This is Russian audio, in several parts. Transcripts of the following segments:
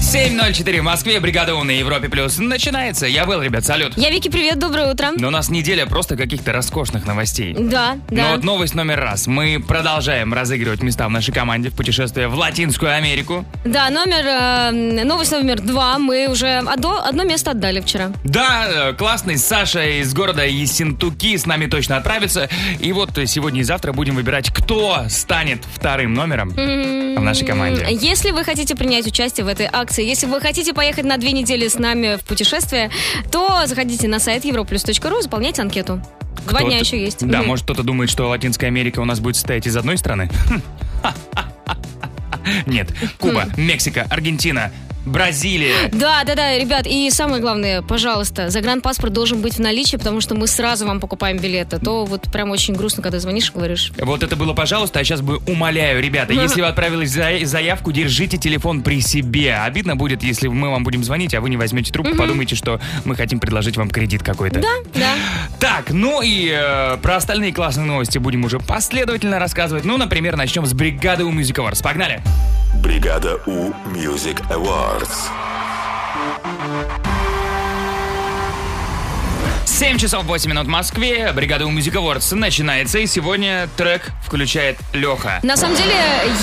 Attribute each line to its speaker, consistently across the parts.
Speaker 1: 7.04 в Москве, бригада У на Европе Плюс. Начинается. Я был, ребят, салют.
Speaker 2: Я Вики, привет, доброе утро.
Speaker 1: Но у нас неделя просто каких-то роскошных новостей.
Speaker 2: Да,
Speaker 1: Но
Speaker 2: да.
Speaker 1: вот новость номер раз. Мы продолжаем разыгрывать места в нашей команде в путешествие в Латинскую Америку.
Speaker 2: Да, номер, э, новость номер два. Мы уже одно, одно место отдали вчера.
Speaker 1: Да, э, классный Саша из города Ессентуки с нами точно отправится. И вот э, сегодня и завтра будем выбирать, кто станет вторым номером в нашей команде.
Speaker 2: Если вы хотите принять участие в этой акции, если вы хотите поехать на две недели с нами в путешествие, то заходите на сайт europlus.ru, заполняйте анкету. Два
Speaker 1: Кто-то-
Speaker 2: дня еще есть.
Speaker 1: Да,
Speaker 2: Мгм.
Speaker 1: может кто-то думает, что Латинская Америка у нас будет состоять из одной страны? Нет, Куба,
Speaker 2: Хм.
Speaker 1: Мексика, Аргентина, Бразилия.
Speaker 2: Да, да, да, ребят, и самое главное, пожалуйста, загранпаспорт должен быть в наличии, потому что мы сразу вам покупаем билеты. А То вот прям очень грустно, когда звонишь и говоришь.
Speaker 1: Вот это было, пожалуйста, а сейчас бы умоляю, ребята, если вы отправили за- заявку, держите телефон при себе. Обидно будет, если мы вам будем звонить, а вы не возьмете трубку, подумайте, что мы хотим предложить вам кредит какой-то.
Speaker 2: Да, да.
Speaker 1: Так, ну и э, про остальные классные новости будем уже последовательно рассказывать. Ну, например, начнем с бригады у Music Awards. Погнали!
Speaker 3: Бригада У Music Awards.
Speaker 1: 7 часов 8 минут в Москве. Бригада у Music Awards начинается. И сегодня трек включает Леха.
Speaker 2: На самом деле,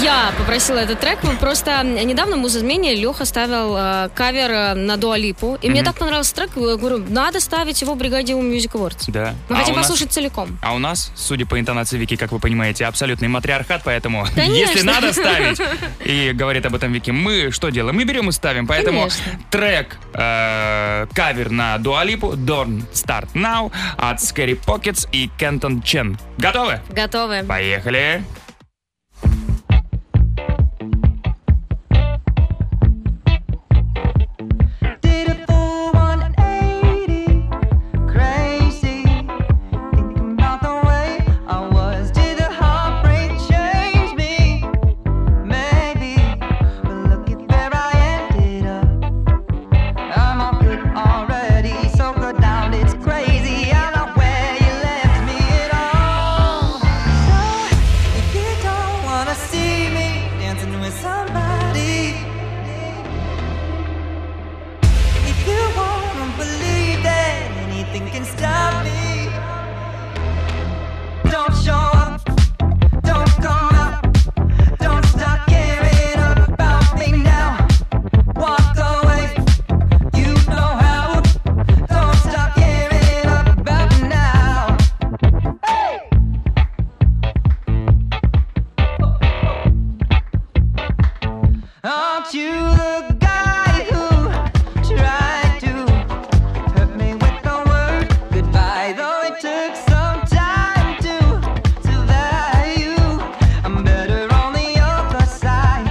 Speaker 2: я попросила этот трек. Просто недавно в музызмене Леха ставил э, кавер э, на Дуалипу. И мне так понравился трек, я говорю, надо ставить его в бригаде у Music Awards.
Speaker 1: Да.
Speaker 2: Мы
Speaker 1: А
Speaker 2: хотим
Speaker 1: у нас-
Speaker 2: послушать целиком.
Speaker 1: А у нас, судя по интонации Вики, как вы понимаете, абсолютный матриархат, поэтому
Speaker 2: Конечно.
Speaker 1: если надо ставить, и говорит об этом Вики, мы что делаем? Мы берем и ставим, поэтому
Speaker 2: Конечно.
Speaker 1: трек, э, кавер на Дуалипу, Dorn Start Now от Scary Pockets и Кентон Чен. Готовы?
Speaker 2: Готовы?
Speaker 1: Поехали!
Speaker 4: Did a full 180, crazy. Thinking about the way I was. Did the heartbreak change me? Maybe. But look at where I ended up. I'm all good already, so good down, it's crazy. I'm not where you left me at all. So, if you don't wanna see me dancing with somebody. If you wanna believe that anything can stop me, don't show up, don't come up, don't stop caring about me now. Walk away, you know how. Don't stop caring about me now. Hey! Aren't you the guy who tried to hurt me with the word goodbye? Though it took some time to survive you, I'm better on the other side.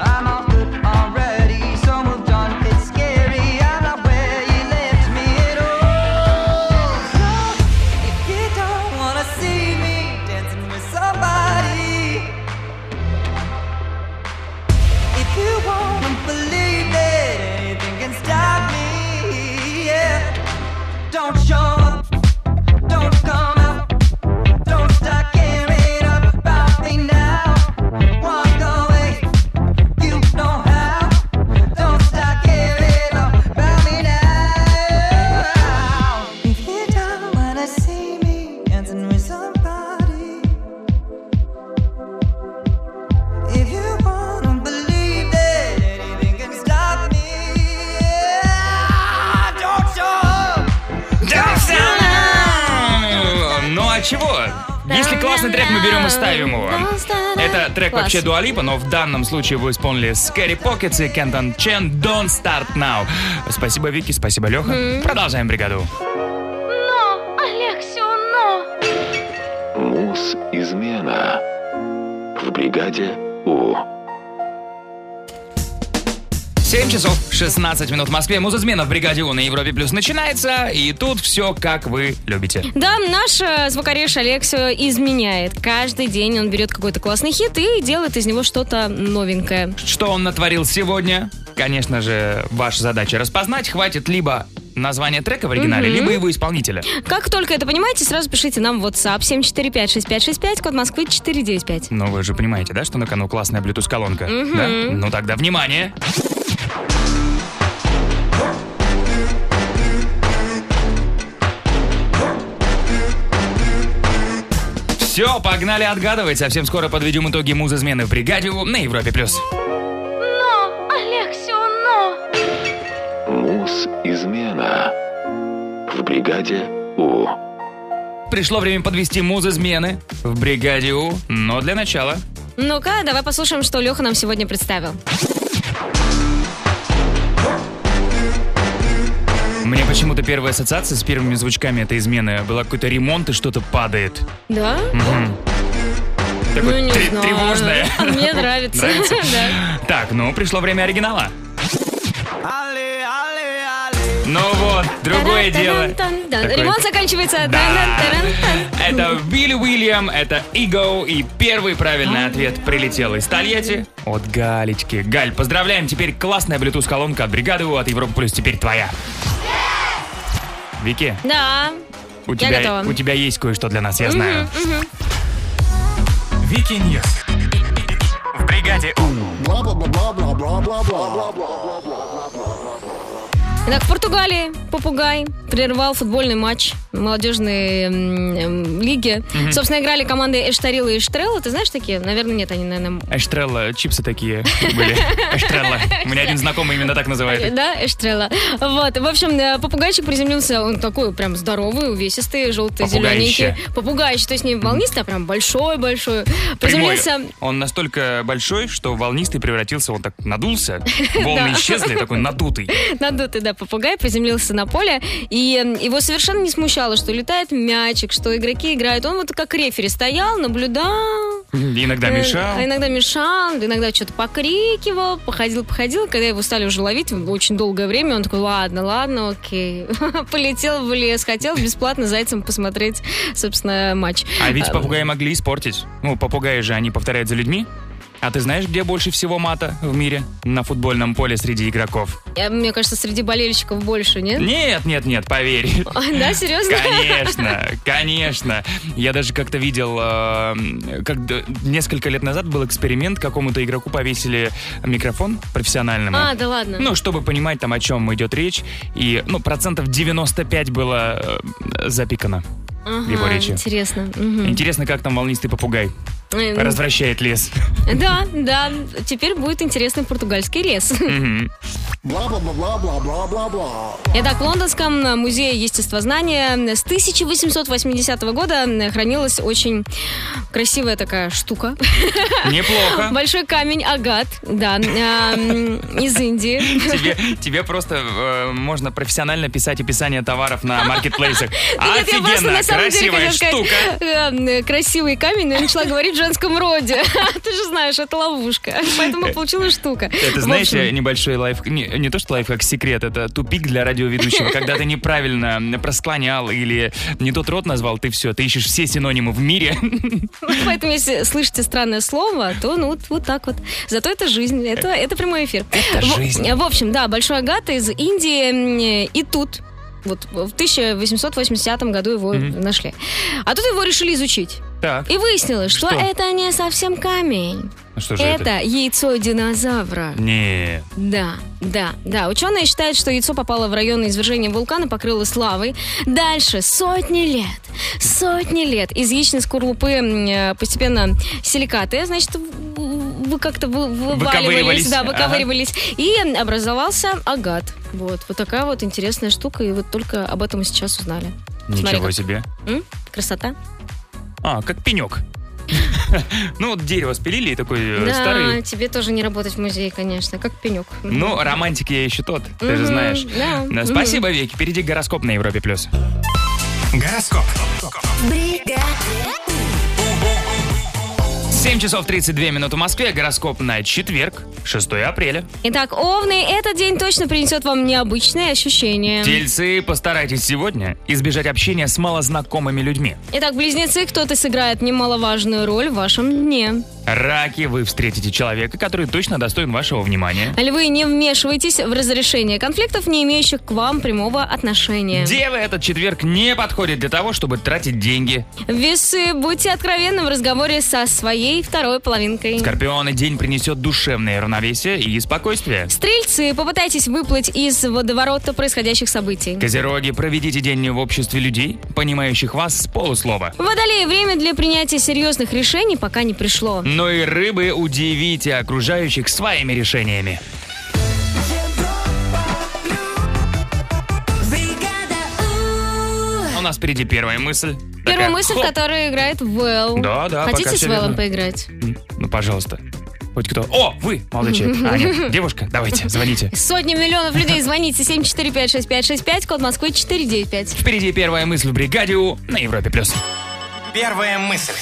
Speaker 4: I'm all good already, so moved on. It's scary. I'm not where you left me at all. So if you don't wanna see me dancing with somebody. If you wanna believe that anything can stop me, yeah. Don't show up, don't come out, don't start caring about me now. Walk away, you know how. Don't start caring about me now. If you don't wanna see me dancing with somebody. If you wanna believe that anything can stop me, yeah, don't show up.
Speaker 1: Ну а чего? Если классный трек, мы берем и ставим его. Это трек
Speaker 2: Класс.
Speaker 1: вообще Дуалипа, но в данном случае вы исполнили Scary Pockets и Кентон Чен Don't Start Now. Спасибо, Вики, спасибо, Леха. Продолжаем бригаду.
Speaker 3: Мус Измена. В бригаде У.
Speaker 1: 7 часов 16 минут в Москве. Музызмена в бригаде У на Европе Плюс начинается. И тут все, как вы любите.
Speaker 2: Да, наш э, звукореж Алексио изменяет. Каждый день он берет какой-то классный хит и делает из него что-то новенькое.
Speaker 1: Что он натворил сегодня? Конечно же, ваша задача распознать. Хватит либо названия трека в оригинале, либо его исполнителя.
Speaker 2: Как только это понимаете, сразу пишите нам в WhatsApp 7456565, код Москвы 495.
Speaker 1: Но вы же понимаете, да, что на кону классная Bluetooth-колонка? Да? Ну тогда Ну, внимание! Все, погнали отгадывать. Совсем скоро подведем итоги музызмены в бригаде У на Европе+. плюс.
Speaker 5: Но, Алексио, но!
Speaker 3: Муз измена в бригаде У.
Speaker 1: Пришло время подвести музызмены в бригаде У, но для начала...
Speaker 2: Ну-ка, давай послушаем, что Леха нам сегодня представил.
Speaker 1: Мне почему-то первая ассоциация с первыми звучками этой измены была какой-то ремонт и что-то падает.
Speaker 2: Да?
Speaker 1: Мгм. Такое
Speaker 2: ну, не
Speaker 1: тре-
Speaker 2: знаю.
Speaker 1: тревожное.
Speaker 2: А мне нравится.
Speaker 1: Нравится?
Speaker 2: Да.
Speaker 1: Так, ну, пришло время оригинала. Ну вот, другое дело.
Speaker 2: Таран-таран-тан. Да,
Speaker 1: Такое-
Speaker 2: Ремонт заканчивается.
Speaker 1: Да.
Speaker 2: Таран-таран-тан.
Speaker 1: Это Билли Уильям, это Иго, и первый
Speaker 2: А.
Speaker 1: правильный ответ прилетел из Тольятти от Галечки. Галь, поздравляем, теперь классная Bluetooth-колонка от бригады У от Европы Плюс теперь твоя. Вики,
Speaker 2: Да.
Speaker 1: у
Speaker 2: Я
Speaker 1: тебя,
Speaker 2: готова.
Speaker 1: у тебя есть кое-что для нас, я знаю.
Speaker 6: Вики Ньюс. В бригаде У.
Speaker 2: Итак, в Португалии попугай прервал футбольный матч в молодежной м, м, лиге. Собственно, играли команды Эштарила и Эштрелла. Ты знаешь такие? Наверное, нет, они, наверное...
Speaker 1: Эштрелла, чипсы такие были. Эштрелла. У меня один знакомый именно так называет.
Speaker 2: Да, Эштрелла. Вот, в общем, э, попугайчик приземлился, он такой прям здоровый, увесистый, желтый,
Speaker 1: Попугайще.
Speaker 2: зелененький. Попугайчик, то есть не волнистый, а прям большой-большой.
Speaker 1: Прямой.
Speaker 2: Приземлился
Speaker 1: Он настолько большой, что волнистый превратился, он так надулся, волны
Speaker 2: Да.
Speaker 1: исчезли, такой надутый.
Speaker 2: Надутый, да, попугай приземлился на поле, и э, его совершенно не смущало, что летает мячик, что игроки играют. Он вот как рефери стоял, наблюдал.
Speaker 1: Иногда
Speaker 2: э,
Speaker 1: мешал.
Speaker 2: а Иногда мешал, иногда что-то покрикивал, походил, походил. Когда его стали уже ловить очень долгое время, он такой, ладно, ладно, окей. Полетел в лес, хотел бесплатно зайцем посмотреть, собственно, матч.
Speaker 1: А ведь попугаи могли испортить. Ну, попугаи же, они повторяют за людьми. А ты знаешь, где больше всего мата в мире? На футбольном поле среди игроков.
Speaker 2: Э, Мне кажется, среди болельщиков больше, нет?
Speaker 1: Нет, нет, нет, поверь.
Speaker 2: Да, серьезно?
Speaker 1: Конечно, конечно. Я даже как-то видел, э, как д- несколько лет назад был эксперимент, какому-то игроку повесили микрофон профессиональному.
Speaker 2: А, да ладно.
Speaker 1: Ну, чтобы понимать там, о чем идет речь. И, ну, процентов 95 было э, запикано.
Speaker 2: Ага,
Speaker 1: его речи.
Speaker 2: Интересно. Мгм.
Speaker 1: Интересно, как там волнистый попугай
Speaker 2: Э, ну,
Speaker 1: развращает лес.
Speaker 2: Да, да. Теперь будет интересный португальский лес.
Speaker 1: Мгм.
Speaker 2: Итак, в Лондонском музее естествознания с 1880 года хранилась очень красивая такая штука.
Speaker 1: Неплохо.
Speaker 2: Большой камень агат, да, эм, из Индии.
Speaker 1: Тебе, тебе просто э, можно профессионально писать описание товаров на маркетплейсах.
Speaker 2: Да нет, я просто
Speaker 1: Офигенно,
Speaker 2: на самом деле
Speaker 1: красивая
Speaker 2: хотела
Speaker 1: штука.
Speaker 2: сказать, эм, э, красивый камень, но я начала говорить в женском роде. Ты же знаешь, это ловушка. Поэтому получилась штука.
Speaker 1: Это,
Speaker 2: В
Speaker 1: знаете,
Speaker 2: общем,
Speaker 1: небольшой лайф... Не, не то, что лайф, как секрет, это тупик для радиоведущего. Когда ты неправильно просклонял или не тот рот назвал, ты все, ты ищешь все синонимы в мире.
Speaker 2: Поэтому, если слышите странное слово, то ну вот, вот так вот. Зато это жизнь, это, это прямой эфир.
Speaker 1: Это
Speaker 2: В-
Speaker 1: жизнь.
Speaker 2: В, общем, да, Большой Агата из Индии м, и тут. Вот в 1880 году его
Speaker 1: Мгм.
Speaker 2: нашли. А тут его решили изучить.
Speaker 1: Так,
Speaker 2: И выяснилось, что,
Speaker 1: Что?
Speaker 2: это не совсем камень.
Speaker 1: ну что же
Speaker 2: Это,
Speaker 1: это?
Speaker 2: яйцо динозавра.
Speaker 1: Не.
Speaker 2: Да, да, да. Ученые считают, что яйцо попало в район извержения вулкана, покрыло славой. Дальше сотни лет, сотни лет из яичной скорлупы м, э, постепенно силикаты, значит, в- в- вы как-то вы-
Speaker 1: Выковыривались,
Speaker 2: вываливались, да,
Speaker 1: ага.
Speaker 2: выковыривались, и образовался агат. Вот, вот такая вот интересная штука, и вот только об этом мы сейчас узнали. Смотри,
Speaker 1: Ничего
Speaker 2: как.
Speaker 1: себе.
Speaker 2: М? Красота.
Speaker 1: А, как пенек. Ну, вот дерево спилили, и такой э,
Speaker 2: да,
Speaker 1: старый.
Speaker 2: тебе тоже не работать в музее, конечно, как пенек.
Speaker 1: Ну, романтик я еще тот, ты же
Speaker 2: Мгм,
Speaker 1: знаешь.
Speaker 2: да.
Speaker 1: Да,
Speaker 2: Мгм.
Speaker 1: Спасибо, Вик. Впереди гороскоп на Европе+. плюс.
Speaker 6: Гороскоп.
Speaker 1: 7 часов 32 минуты в Москве. Гороскоп на четверг, 6 апреля.
Speaker 2: Итак, овны, этот день точно принесет вам необычные ощущения.
Speaker 1: Тельцы, постарайтесь сегодня избежать общения с малознакомыми людьми.
Speaker 2: Итак, близнецы, кто-то сыграет немаловажную роль в вашем дне.
Speaker 1: Раки, вы встретите человека, который точно достоин вашего внимания.
Speaker 2: Львы, не вмешивайтесь в разрешение конфликтов, не имеющих к вам прямого отношения.
Speaker 1: Девы, этот четверг не подходит для того, чтобы тратить деньги.
Speaker 2: Весы, будьте откровенны в разговоре со своей своей второй половинкой.
Speaker 1: Скорпионы день принесет душевное равновесие и спокойствие.
Speaker 2: Стрельцы, попытайтесь выплыть из водоворота происходящих событий.
Speaker 1: Козероги, проведите день в обществе людей, понимающих вас с полуслова.
Speaker 2: Водолеи, время для принятия серьезных решений пока не пришло.
Speaker 1: Но и рыбы удивите окружающих своими решениями. У нас впереди первая мысль.
Speaker 2: Первая
Speaker 1: Такая,
Speaker 2: мысль,
Speaker 1: хоп.
Speaker 2: которая играет Вэлл.
Speaker 1: Да, да,
Speaker 2: Хотите
Speaker 1: пока
Speaker 2: с
Speaker 1: всё
Speaker 2: Вэллом
Speaker 1: верно.
Speaker 2: поиграть?
Speaker 1: Ну, пожалуйста. Хоть кто. О, вы, молодой человек. А, нет, девушка, давайте, звоните.
Speaker 2: Сотни миллионов людей, звоните 7456565, код Москвы 495.
Speaker 1: Впереди первая мысль в бригаде У на Европе плюс.
Speaker 6: Первая мысль.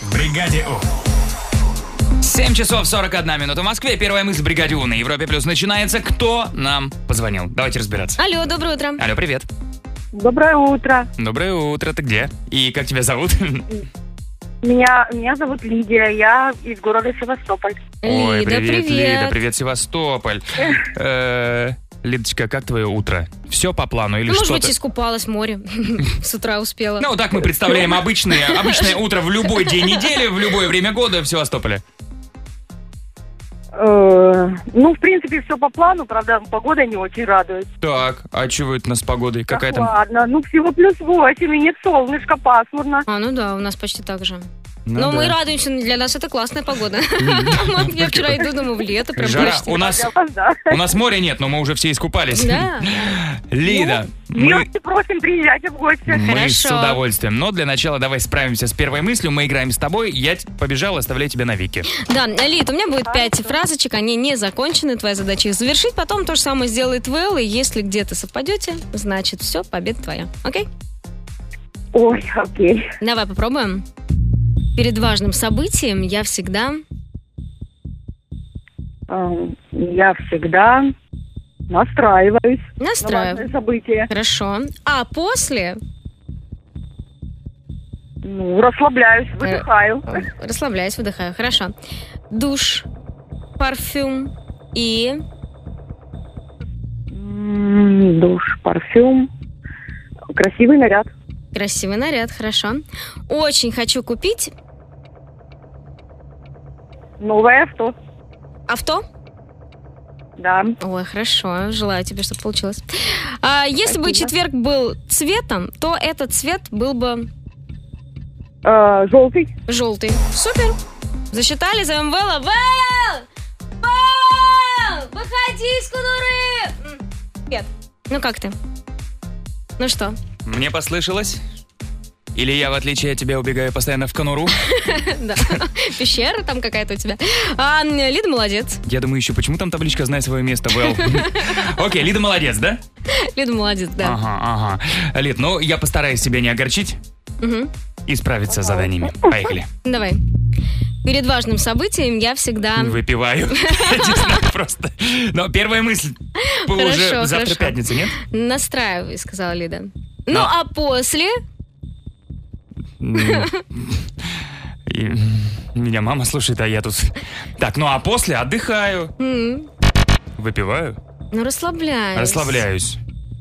Speaker 6: В бригаде У.
Speaker 1: 7 часов 41 минута в Москве. Первая мысль в бригаде У на Европе плюс начинается. Кто нам позвонил? Давайте разбираться.
Speaker 2: Алло, доброе утро.
Speaker 1: Алло, привет.
Speaker 7: Доброе утро.
Speaker 1: Доброе утро, ты где? И как тебя зовут?
Speaker 7: Меня, меня зовут Лидия, я из города Севастополь.
Speaker 1: Ой,
Speaker 2: Лида,
Speaker 1: привет,
Speaker 2: привет.
Speaker 1: Лида, привет, Севастополь. Э, Лидочка, как твое утро? Все по плану или
Speaker 2: Ну, может быть,
Speaker 1: что-то?
Speaker 2: искупалась в море. С утра успела.
Speaker 1: Ну, так мы представляем обычное, обычное утро в любой день недели, в любое время года в Севастополе.
Speaker 7: Э, ну, в принципе, все по плану, правда, погода не очень радует.
Speaker 1: Так, а чего это у нас с погодой? Какая там?
Speaker 7: Ладно, ну всего плюс восемь, и нет солнышко, пасмурно.
Speaker 2: А, ну да, у нас почти так же.
Speaker 1: Ну
Speaker 2: Но мы
Speaker 1: да.
Speaker 2: радуемся, для нас это классная погода. Я вчера иду, думаю, в лето прям
Speaker 1: Жара.
Speaker 2: хочется.
Speaker 1: У нас,
Speaker 7: Для вас, да.
Speaker 1: у нас моря нет, но мы уже все искупались.
Speaker 2: Да. Ну,
Speaker 1: Лида, мы,
Speaker 7: Милости Ну, просим, приезжайте в гости.
Speaker 1: мы с
Speaker 2: Хорошо.
Speaker 1: удовольствием. Но для начала давай справимся с первой мыслью. Мы играем с тобой. Я т- побежал, оставляю тебя на Вике.
Speaker 2: Да, Лид, у меня будет пять фразочек, они не закончены, твоя задача их завершить, потом то же самое сделает Вэл, и если где-то совпадете, значит все, победа твоя. Окей?
Speaker 7: Ой, окей.
Speaker 2: Давай попробуем. Перед важным событием я всегда...
Speaker 7: Эм, Я всегда настраиваюсь на
Speaker 2: Настраиваю.
Speaker 7: важное событие.
Speaker 2: Хорошо. А после
Speaker 7: Ну, расслабляюсь, выдыхаю.
Speaker 2: э, расслабляюсь, выдыхаю. Хорошо. Душ, парфюм и...
Speaker 7: М, Душ, парфюм, красивый наряд.
Speaker 2: Красивый наряд, хорошо. Очень хочу купить
Speaker 7: Новое авто,
Speaker 2: авто.
Speaker 7: да.
Speaker 2: Ой, хорошо. Желаю тебе, чтобы получилось. А, если бы
Speaker 7: Спасибо.
Speaker 2: четверг был цветом, то этот цвет был бы
Speaker 7: Э, желтый.
Speaker 2: желтый. Супер. Засчитали, зовем Вэлла. Вэлл! Вэлл! Выходи из конуры! М, Привет. Ну как ты? Ну что?
Speaker 1: Мне послышалось? Или я, в отличие от тебя, убегаю постоянно в конуру?
Speaker 2: Да. Пещера там какая-то у тебя. А, м, Лида молодец.
Speaker 1: Я думаю, еще почему там табличка «Знай свое место, Вэл». Окей, Лида молодец, да?
Speaker 2: Лида молодец, да.
Speaker 1: Ага, ага. Лид, ну я постараюсь тебя не огорчить
Speaker 2: Мгм.
Speaker 1: и справиться с заданиями. Поехали.
Speaker 2: Давай. Перед важным событием я
Speaker 1: Ну,
Speaker 2: всегда...
Speaker 1: Выпиваю. Не знаю просто. Но первая мысль была уже
Speaker 2: Хорошо,
Speaker 1: завтра
Speaker 2: хорошо.
Speaker 1: пятница, нет?
Speaker 2: Настраивай, сказала Лида. Ну,
Speaker 1: Да.
Speaker 2: а после...
Speaker 1: М. И, м, Меня мама слушает, а я тут... Так, ну а после отдыхаю.
Speaker 2: м,
Speaker 1: Выпиваю.
Speaker 2: Ну, расслабляюсь.
Speaker 1: Расслабляюсь.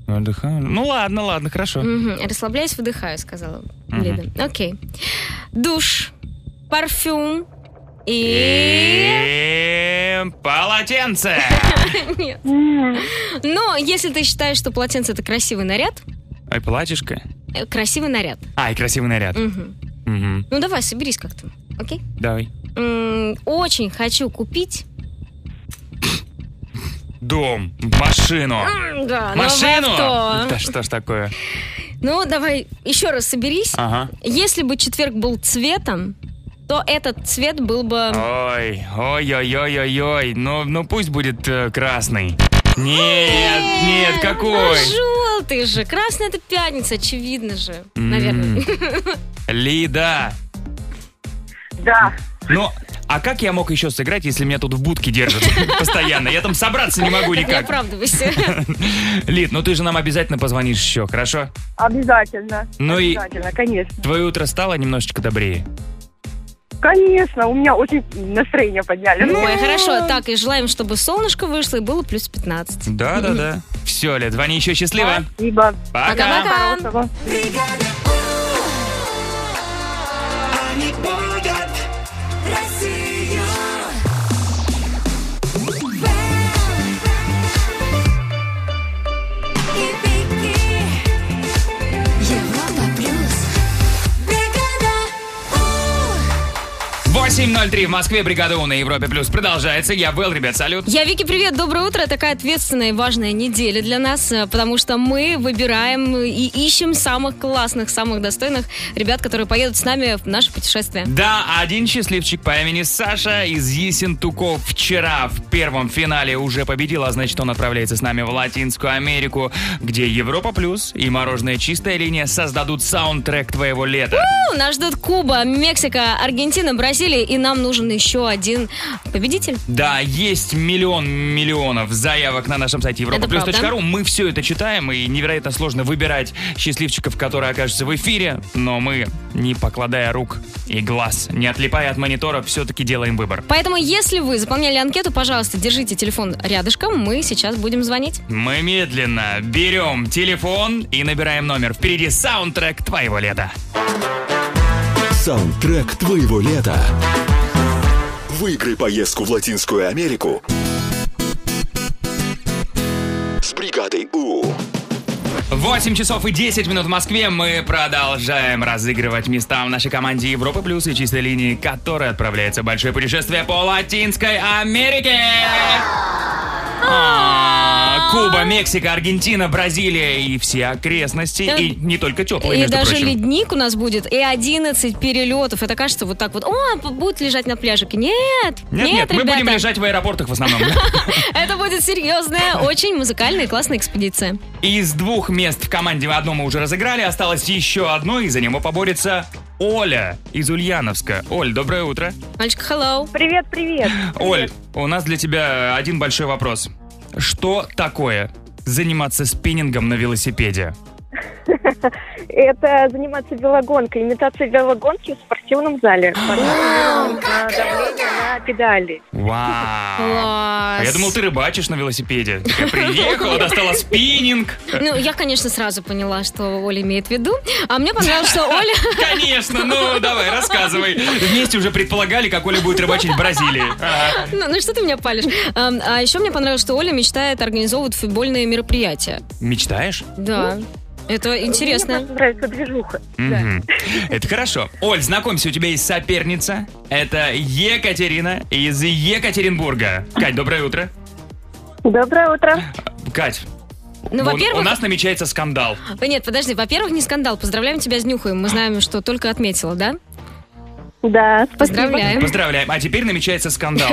Speaker 1: Отдыхаю. Ну ладно, ладно, хорошо.
Speaker 2: Мгм, Расслабляюсь, выдыхаю, сказала
Speaker 1: Мгм.
Speaker 2: Лида. Окей. Душ, парфюм и...
Speaker 1: И... Полотенце!
Speaker 2: Нет. Но Ну, если ты считаешь, что полотенце это красивый наряд,
Speaker 1: Ай, платьишко.
Speaker 2: э, красивый наряд.
Speaker 1: А, и красивый наряд.
Speaker 2: Мгм.
Speaker 1: Мгм.
Speaker 2: Ну, давай, соберись как-то. Окей?
Speaker 1: Давай.
Speaker 2: М, Очень хочу купить...
Speaker 1: Дом, машину.
Speaker 2: М, Да,
Speaker 1: А,
Speaker 2: ну,
Speaker 1: Машину!
Speaker 2: новое авто.
Speaker 1: Да что ж такое?
Speaker 2: Ну, давай еще раз соберись.
Speaker 1: Ага.
Speaker 2: Если бы четверг был цветом, то этот цвет был бы...
Speaker 1: А, Ой, ой-ой-ой-ой-ой. Ну, ну пусть будет э, красный. Нет, нет,
Speaker 2: А
Speaker 1: какой?
Speaker 2: желтый же. Красный это пятница, очевидно же.
Speaker 1: М.
Speaker 2: Наверное.
Speaker 1: Лида.
Speaker 7: Да.
Speaker 1: Ну, а как я мог еще сыграть, если меня тут в будке держат постоянно? Я там собраться не могу
Speaker 2: Не
Speaker 1: никак.
Speaker 2: оправдывайся.
Speaker 1: Лид, ну ты же нам обязательно позвонишь еще, хорошо?
Speaker 7: Обязательно.
Speaker 1: Ну и-
Speaker 7: Обязательно, конечно.
Speaker 1: Твое утро стало немножечко добрее.
Speaker 7: Конечно, у меня очень настроение подняли.
Speaker 1: Ну.
Speaker 2: Ой, хорошо. Так, и желаем, чтобы солнышко вышло и было плюс 15.
Speaker 1: Да, да, да. Все, Лид, звони еще счастливо.
Speaker 7: Спасибо.
Speaker 1: Пока.
Speaker 2: Пока-пока.
Speaker 7: Хорошего.
Speaker 8: Они будут
Speaker 9: oh,
Speaker 1: 7.03 в Москве, бригада У на Европе Плюс продолжается. Я был, ребят, салют.
Speaker 2: Я Вики, привет, доброе утро. Такая ответственная и важная неделя для нас, э, потому что мы выбираем и ищем самых классных, самых достойных ребят, которые поедут с нами в наше путешествие.
Speaker 1: Да, один счастливчик по имени Саша из Есентуков вчера в первом финале уже победил, а значит он отправляется с нами в Латинскую Америку, где Европа Плюс и Мороженое Чистая Линия создадут саундтрек твоего лета.
Speaker 2: Ну, Нас ждут Куба, Мексика, Аргентина, Бразилия, и нам нужен еще один победитель.
Speaker 1: Да, есть миллион миллионов заявок на нашем сайте
Speaker 2: правда.
Speaker 1: europaplus.ru. Мы все это читаем, и невероятно сложно выбирать счастливчиков, которые окажутся в эфире, но мы, не покладая рук и глаз, не отлипая от монитора, все-таки делаем выбор.
Speaker 2: Поэтому, если вы заполняли анкету, пожалуйста, держите телефон рядышком, мы сейчас будем звонить.
Speaker 1: Мы медленно берем телефон и набираем номер. Впереди саундтрек твоего лета.
Speaker 8: Саундтрек твоего лета. Выиграй поездку в Латинскую Америку с бригадой У.
Speaker 1: 8 часов и 10 минут в Москве. Мы продолжаем разыгрывать места в нашей команде Европы Плюс и чистой линии, которая отправляется в большое путешествие по Латинской Америке. А, Куба, Мексика, Аргентина, Бразилия и все окрестности.
Speaker 2: Да.
Speaker 1: И не только теплые,
Speaker 2: и
Speaker 1: между
Speaker 2: даже
Speaker 1: прочим.
Speaker 2: ледник у нас будет, и 11 перелетов. Это кажется вот так вот, о, будет лежать на пляжике. Нет,
Speaker 1: Нет,
Speaker 2: нет,
Speaker 1: нет, мы
Speaker 2: ребята.
Speaker 1: будем лежать в аэропортах в основном.
Speaker 2: Это будет серьезная, очень музыкальная и классная экспедиция.
Speaker 1: Из двух мест в команде одно мы уже разыграли, осталось еще одно, и за него поборется Оля из Ульяновска. Оль, доброе утро.
Speaker 2: Мальчик, hello.
Speaker 7: Привет, привет.
Speaker 1: Оль, у нас для тебя э, один большой вопрос. Что такое заниматься спиннингом на велосипеде?
Speaker 7: Это заниматься велогонкой, имитация велогонки в спортивном
Speaker 1: А,
Speaker 7: зале. На давление на педали.
Speaker 1: Вау! А
Speaker 2: Класс.
Speaker 1: Я думал, ты рыбачишь на велосипеде. Такая приехала, достала спиннинг.
Speaker 2: Ну, я, конечно, сразу поняла, что Оля имеет в виду. А мне понравилось, что Оля...
Speaker 1: Конечно, ну давай, рассказывай. Вместе уже предполагали, как Оля будет рыбачить в Бразилии. Ага.
Speaker 2: Ну, ну что ты меня палишь? А, а еще мне понравилось, что Оля мечтает организовывать футбольные мероприятия.
Speaker 1: Мечтаешь?
Speaker 2: Да.
Speaker 1: Ну.
Speaker 2: Это
Speaker 7: Мне
Speaker 2: интересно.
Speaker 7: просто нравится движуха.
Speaker 1: Мгм. Это хорошо. Оль, знакомься, у тебя есть соперница. Это Екатерина из Екатеринбурга. Кать, доброе утро.
Speaker 7: Доброе утро.
Speaker 1: Кать.
Speaker 2: Ну,
Speaker 1: у-
Speaker 2: во-первых-
Speaker 1: у нас намечается скандал.
Speaker 2: Э, Нет, подожди, во-первых, не скандал. Поздравляем тебя с Нюхой. Мы знаем, что только отметила, да?
Speaker 7: Да, спасибо.
Speaker 2: Поздравляем.
Speaker 1: Поздравляем. А теперь намечается скандал.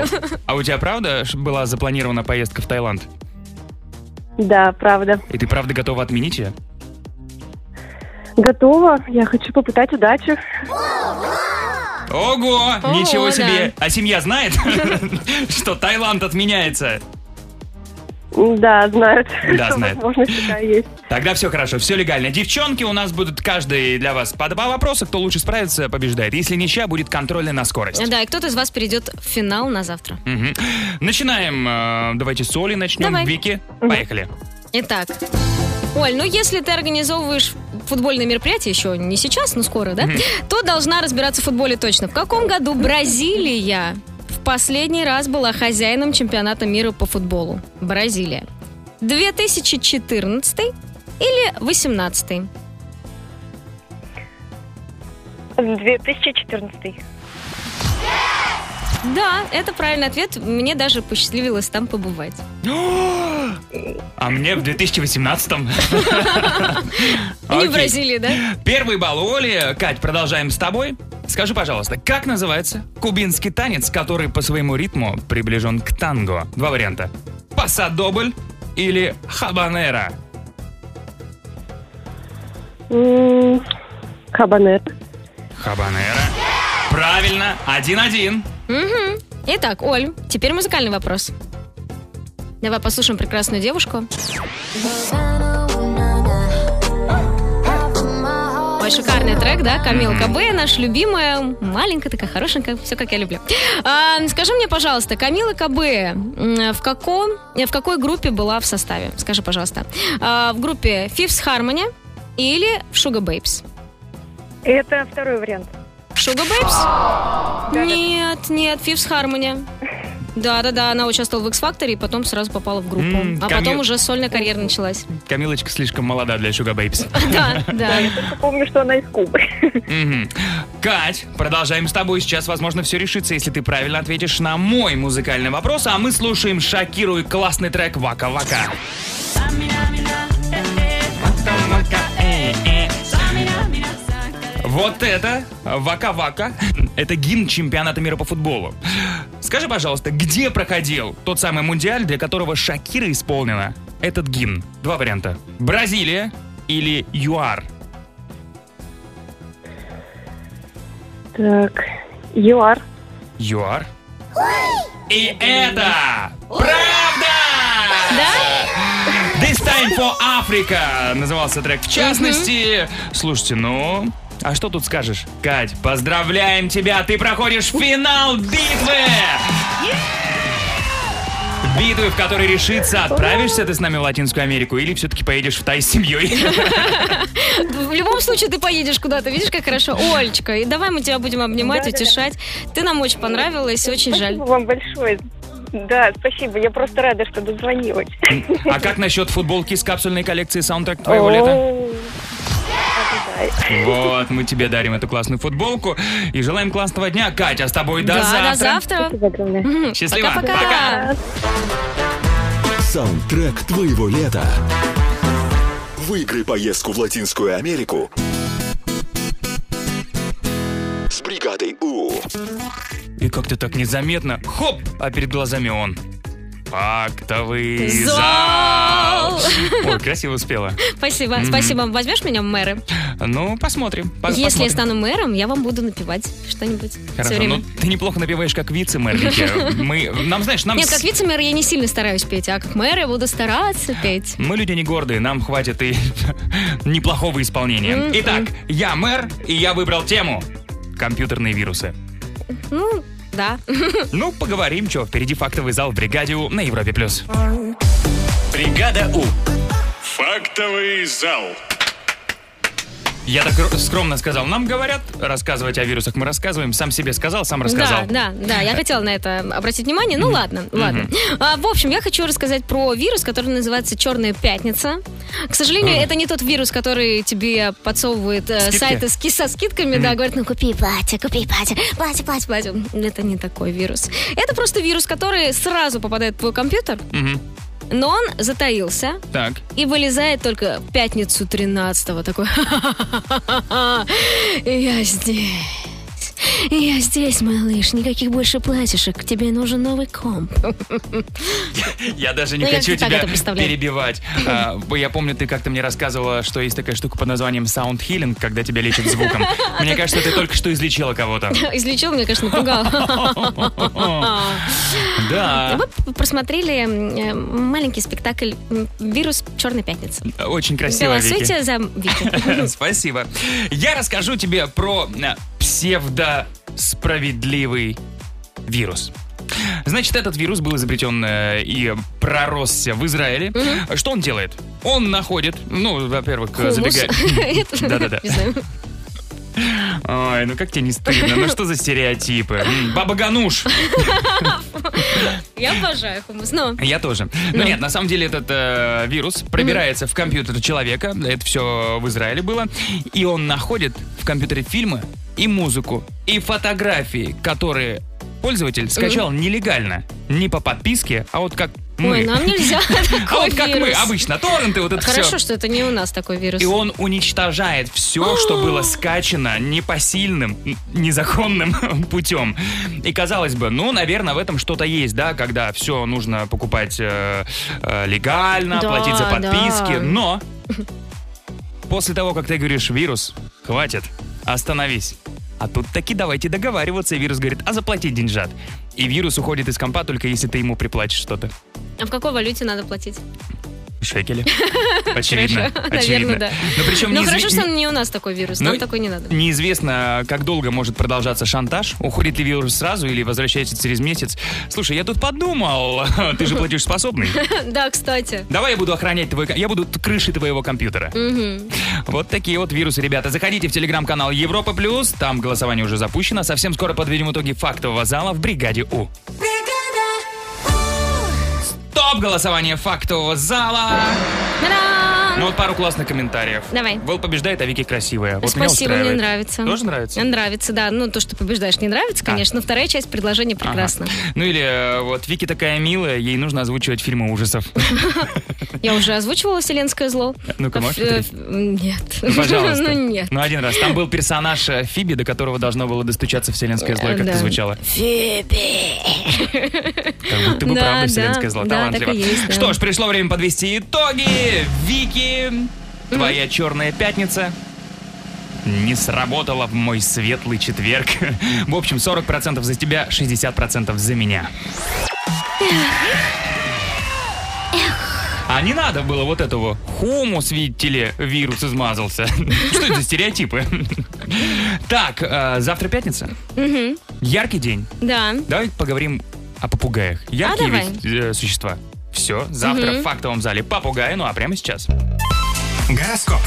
Speaker 1: А у тебя правда ш- была запланирована поездка в Таиланд?
Speaker 7: Да, правда.
Speaker 1: И ты правда готова отменить ее?
Speaker 7: Готова. Я хочу попытать удачу.
Speaker 1: Ого!
Speaker 2: Ого,
Speaker 1: ничего
Speaker 2: да.
Speaker 1: себе! А семья знает, что Таиланд отменяется?
Speaker 7: Да, знают.
Speaker 1: Да,
Speaker 7: что
Speaker 1: знают.
Speaker 7: Возможность такая есть.
Speaker 1: Тогда все хорошо, все легально. Девчонки, у нас будут каждый для вас по два вопроса. Кто лучше справится, побеждает. Если ничья, будет контрольный на скорость.
Speaker 2: Да, и кто-то из вас перейдет в финал на завтра.
Speaker 1: Мгм. Начинаем. э, Давайте с Оли начнем.
Speaker 2: Давай.
Speaker 1: Вики, поехали.
Speaker 2: Итак, Оль, ну если ты организовываешь футбольное мероприятие, еще не сейчас, но скоро, да, то должна разбираться в футболе точно. В каком году Бразилия в последний раз была хозяином чемпионата мира по футболу? Бразилия. 2014 или 18
Speaker 7: 2014.
Speaker 2: Да, это правильный ответ. Мне даже посчастливилось там побывать.
Speaker 1: А мне в 2018-м.
Speaker 2: И
Speaker 1: Окей.
Speaker 2: в Бразилии, да?
Speaker 1: Первый балл у Оли. Кать, продолжаем с тобой. Скажи, пожалуйста, как называется кубинский танец, который по своему ритму приближен к танго? Два варианта. Пасадобль или хабанера?
Speaker 7: М, Хабанет.
Speaker 1: Хабанера. Правильно, 1-1.
Speaker 2: Мгм. Итак, Оль, теперь музыкальный вопрос. Давай послушаем прекрасную девушку. Ой, шикарный трек, да? Камил Кабе, наш любимая, маленькая такая, хорошенькая, все как я люблю. А, скажи мне, пожалуйста, Камила Кабе м, в, каком, э, в какой группе была в составе? Скажи, пожалуйста. А, в группе Fifth Harmony или в Sugar Babes?
Speaker 7: Это второй вариант.
Speaker 2: Sugar Babes? Нет, нет, Fifth Harmony. Да-да-да, она участвовала в X-Factor и потом сразу попала в группу.
Speaker 1: М,
Speaker 2: а
Speaker 1: Камил-
Speaker 2: потом уже сольная карьера началась.
Speaker 1: Камилочка слишком молода для Sugar Babes.
Speaker 2: Да, да.
Speaker 7: Только помню, что она из Кубы.
Speaker 1: Мгм. Кать, продолжаем с тобой. Сейчас, возможно, все решится, если ты правильно ответишь на мой музыкальный вопрос. А мы слушаем Шакиру и классный трек «Вака-вака». Вот это «Вака-вака» — это гимн чемпионата мира по футболу. Скажи, пожалуйста, где проходил тот самый мундиаль, для которого Шакира исполнила этот гимн? Два варианта. Бразилия или ЮАР?
Speaker 7: Так, ЮАР.
Speaker 1: ЮАР. И это правда!
Speaker 2: Да?
Speaker 1: This time for Africa назывался трек. В частности, слушайте, ну, а что тут скажешь? Кать, поздравляем тебя, ты проходишь финал битвы! Битвы, в которой решится, отправишься ты с нами в Латинскую Америку или все-таки поедешь в Тай с семьей.
Speaker 2: В любом случае ты поедешь куда-то, видишь, как хорошо. Олечка, и давай мы тебя будем обнимать, утешать. Ты нам очень понравилась, очень жаль.
Speaker 7: Спасибо вам большое. Да, спасибо. Я просто рада, что дозвонилась.
Speaker 1: А как насчет футболки с капсульной коллекции саундтрек твоего лета?
Speaker 7: О, ожидаю.
Speaker 1: Вот, мы тебе дарим эту классную футболку и желаем классного дня. Катя, с тобой до
Speaker 2: Да, до
Speaker 1: завтра.
Speaker 2: завтра.
Speaker 7: Спасибо огромное.
Speaker 2: Мгм.
Speaker 1: Счастливо.
Speaker 2: Пока-пока.
Speaker 8: Саундтрек твоего лета. Выиграй поездку в Латинскую Америку с бригадой У.
Speaker 1: И как-то так незаметно, хоп, а перед глазами он. Пактовый зал!
Speaker 2: Зал!
Speaker 1: Ой, красиво успела.
Speaker 2: Спасибо, спасибо. Возьмешь меня в мэры?
Speaker 1: Ну, посмотрим. пос-
Speaker 2: Если я
Speaker 1: посмотрим.
Speaker 2: стану мэром, я вам буду напевать что-нибудь все
Speaker 1: Хорошо,
Speaker 2: время.
Speaker 1: ну ты неплохо напиваешь как вице-мэр. Вики. Мы, нам, знаешь, нам...
Speaker 2: Нет,
Speaker 1: ну, с-
Speaker 2: как вице-мэр я не сильно стараюсь петь, а как мэр я буду стараться петь.
Speaker 1: Мы люди не гордые, нам хватит и неплохого исполнения.
Speaker 2: М-м.
Speaker 1: Итак, я мэр, и я выбрал тему. Компьютерные вирусы.
Speaker 2: Ну, да.
Speaker 1: Ну, поговорим, что впереди фактовый зал в бригаде У на Европе+. плюс.
Speaker 6: Бригада У.
Speaker 10: Фактовый зал.
Speaker 1: Я так р- скромно сказал, нам говорят рассказывать о вирусах, мы рассказываем. Сам себе сказал, сам рассказал.
Speaker 2: Да, да, да, я хотела на это обратить внимание. Ну ладно, ладно. А, в общем, я хочу рассказать про вирус, который называется Черная пятница. К сожалению, это не тот вирус, который тебе подсовывает э,
Speaker 1: Скидки?
Speaker 2: сайты с ки- со скидками, да, говорят, ну купи платье, купи платье, платье, платье, платье. Это не такой вирус. Это просто вирус, который сразу попадает в твой компьютер,
Speaker 1: Мгм.
Speaker 2: но он затаился,
Speaker 1: Так.
Speaker 2: и вылезает только в пятницу 13-го. Такой, я здесь. Я здесь, малыш, никаких больше платьишек. Тебе нужен новый комп.
Speaker 1: Я даже не
Speaker 2: Ну, я
Speaker 1: хочу
Speaker 2: как-то так
Speaker 1: тебя
Speaker 2: это представляю.
Speaker 1: перебивать. А, Я помню, ты как-то мне рассказывала, что есть такая штука под названием sound healing, когда тебя лечат звуком. Мне кажется, ты только что излечила кого-то.
Speaker 2: Излечил, меня, конечно, пугал.
Speaker 1: Да,
Speaker 2: Вы п- просмотрели э, маленький спектакль м, «Вирус Черной пятницы».
Speaker 1: очень красиво, Вики.
Speaker 2: Голосуйте за Вики.
Speaker 1: Спасибо. Я расскажу тебе про э, псевдосправедливый вирус. Значит, этот вирус был изобретен э, и проросся в Израиле. Что он делает? Он находит, ну, во-первых,
Speaker 2: Хумус.
Speaker 1: забегает...
Speaker 2: Это-
Speaker 1: Да-да-да.
Speaker 2: не знаю.
Speaker 1: Ой, ну как тебе не стыдно? Ну что за стереотипы? М, Баба Гануш.
Speaker 2: Я обожаю хумус. Но
Speaker 1: Я тоже.
Speaker 2: Ну.
Speaker 1: Но нет, на самом деле этот э, вирус пробирается в компьютер человека. Это все в Израиле было. И он находит в компьютере фильмы и музыку, и фотографии, которые пользователь скачал нелегально. Не по подписке, а вот как мы.
Speaker 2: Ой, нам нельзя
Speaker 1: а
Speaker 2: такой
Speaker 1: вот как мы,
Speaker 2: вирус.
Speaker 1: обычно, торренты, вот это все.
Speaker 2: Хорошо, что это не у нас такой вирус.
Speaker 1: И он уничтожает все, что было скачано непосильным, н- незаконным путем. И казалось бы, ну, наверное, в этом что-то есть, да, когда все нужно покупать э, э, легально,
Speaker 2: Да,
Speaker 1: платить за подписки.
Speaker 2: да.
Speaker 1: Но после того, как ты говоришь вирус, хватит, остановись. А тут таки давайте договариваться. И вирус говорит, а заплати деньжат. И вирус уходит из компа только если ты ему приплатишь что-то.
Speaker 2: А в какой валюте надо платить?
Speaker 1: Шекели. Очевидно. очевидно.
Speaker 2: Хорошо, наверное, да.
Speaker 1: Но причем
Speaker 2: Ну
Speaker 1: неизв-
Speaker 2: хорошо, что не у нас такой вирус,
Speaker 1: Ну,
Speaker 2: нам такой не надо.
Speaker 1: Неизвестно, как долго может продолжаться шантаж. Уходит ли вирус сразу или возвращается через месяц. Слушай, я тут подумал, ты же платежеспособный.
Speaker 2: Да, кстати.
Speaker 1: Давай я буду охранять твой... ком- Я буду т- крышей твоего компьютера. Вот такие вот вирусы, ребята. Заходите в телеграм-канал Европа Плюс. Там голосование уже запущено. Совсем скоро подведем итоги фактового зала в бригаде У.
Speaker 5: Бригада
Speaker 9: oh,
Speaker 1: Стоп! Голосование фактового зала.
Speaker 2: Та-дам!
Speaker 1: Ну вот пару классных комментариев.
Speaker 2: Давай.
Speaker 1: Вэл побеждает, а Вики красивая. Вот меня
Speaker 2: Спасибо, мне
Speaker 1: устраивает.
Speaker 2: нравится.
Speaker 1: Тоже нравится?
Speaker 2: Нравится, да. Ну, то, что побеждаешь, не нравится, конечно. но Вторая часть предложения
Speaker 1: Ага.
Speaker 2: прекрасна.
Speaker 1: Ну или э, вот Вики такая милая, ей нужно озвучивать фильмы ужасов.
Speaker 2: Я уже озвучивала «Вселенское зло».
Speaker 1: Ну-ка,
Speaker 2: А,
Speaker 1: можешь
Speaker 2: э,
Speaker 1: повторить?
Speaker 2: Нет.
Speaker 1: Ну, пожалуйста.
Speaker 2: Ну, нет.
Speaker 1: Ну, один раз. Там был персонаж э, Фиби, до которого должно было достучаться вселенское зло, и как
Speaker 2: Э, Да.
Speaker 1: ты звучало.
Speaker 2: Фиби.
Speaker 1: Как будто бы
Speaker 2: Да,
Speaker 1: правда
Speaker 2: да,
Speaker 1: вселенское зло.
Speaker 2: да,
Speaker 1: Талантливо.
Speaker 2: так и есть, да.
Speaker 1: Что ж, пришло время подвести итоги. Вики, твоя черная пятница не сработала в мой светлый четверг. В общем, 40% за тебя, 60% за меня. А не надо было вот этого хумус, видите ли, вирус измазался. Что это за стереотипы? Так, э, завтра пятница. Яркий день.
Speaker 2: Да.
Speaker 1: Давай поговорим о попугаях. Яркие
Speaker 2: давай.
Speaker 1: ведь, э, существа. Все, завтра в фактовом зале попугаи, ну а прямо сейчас.
Speaker 6: Гороскоп.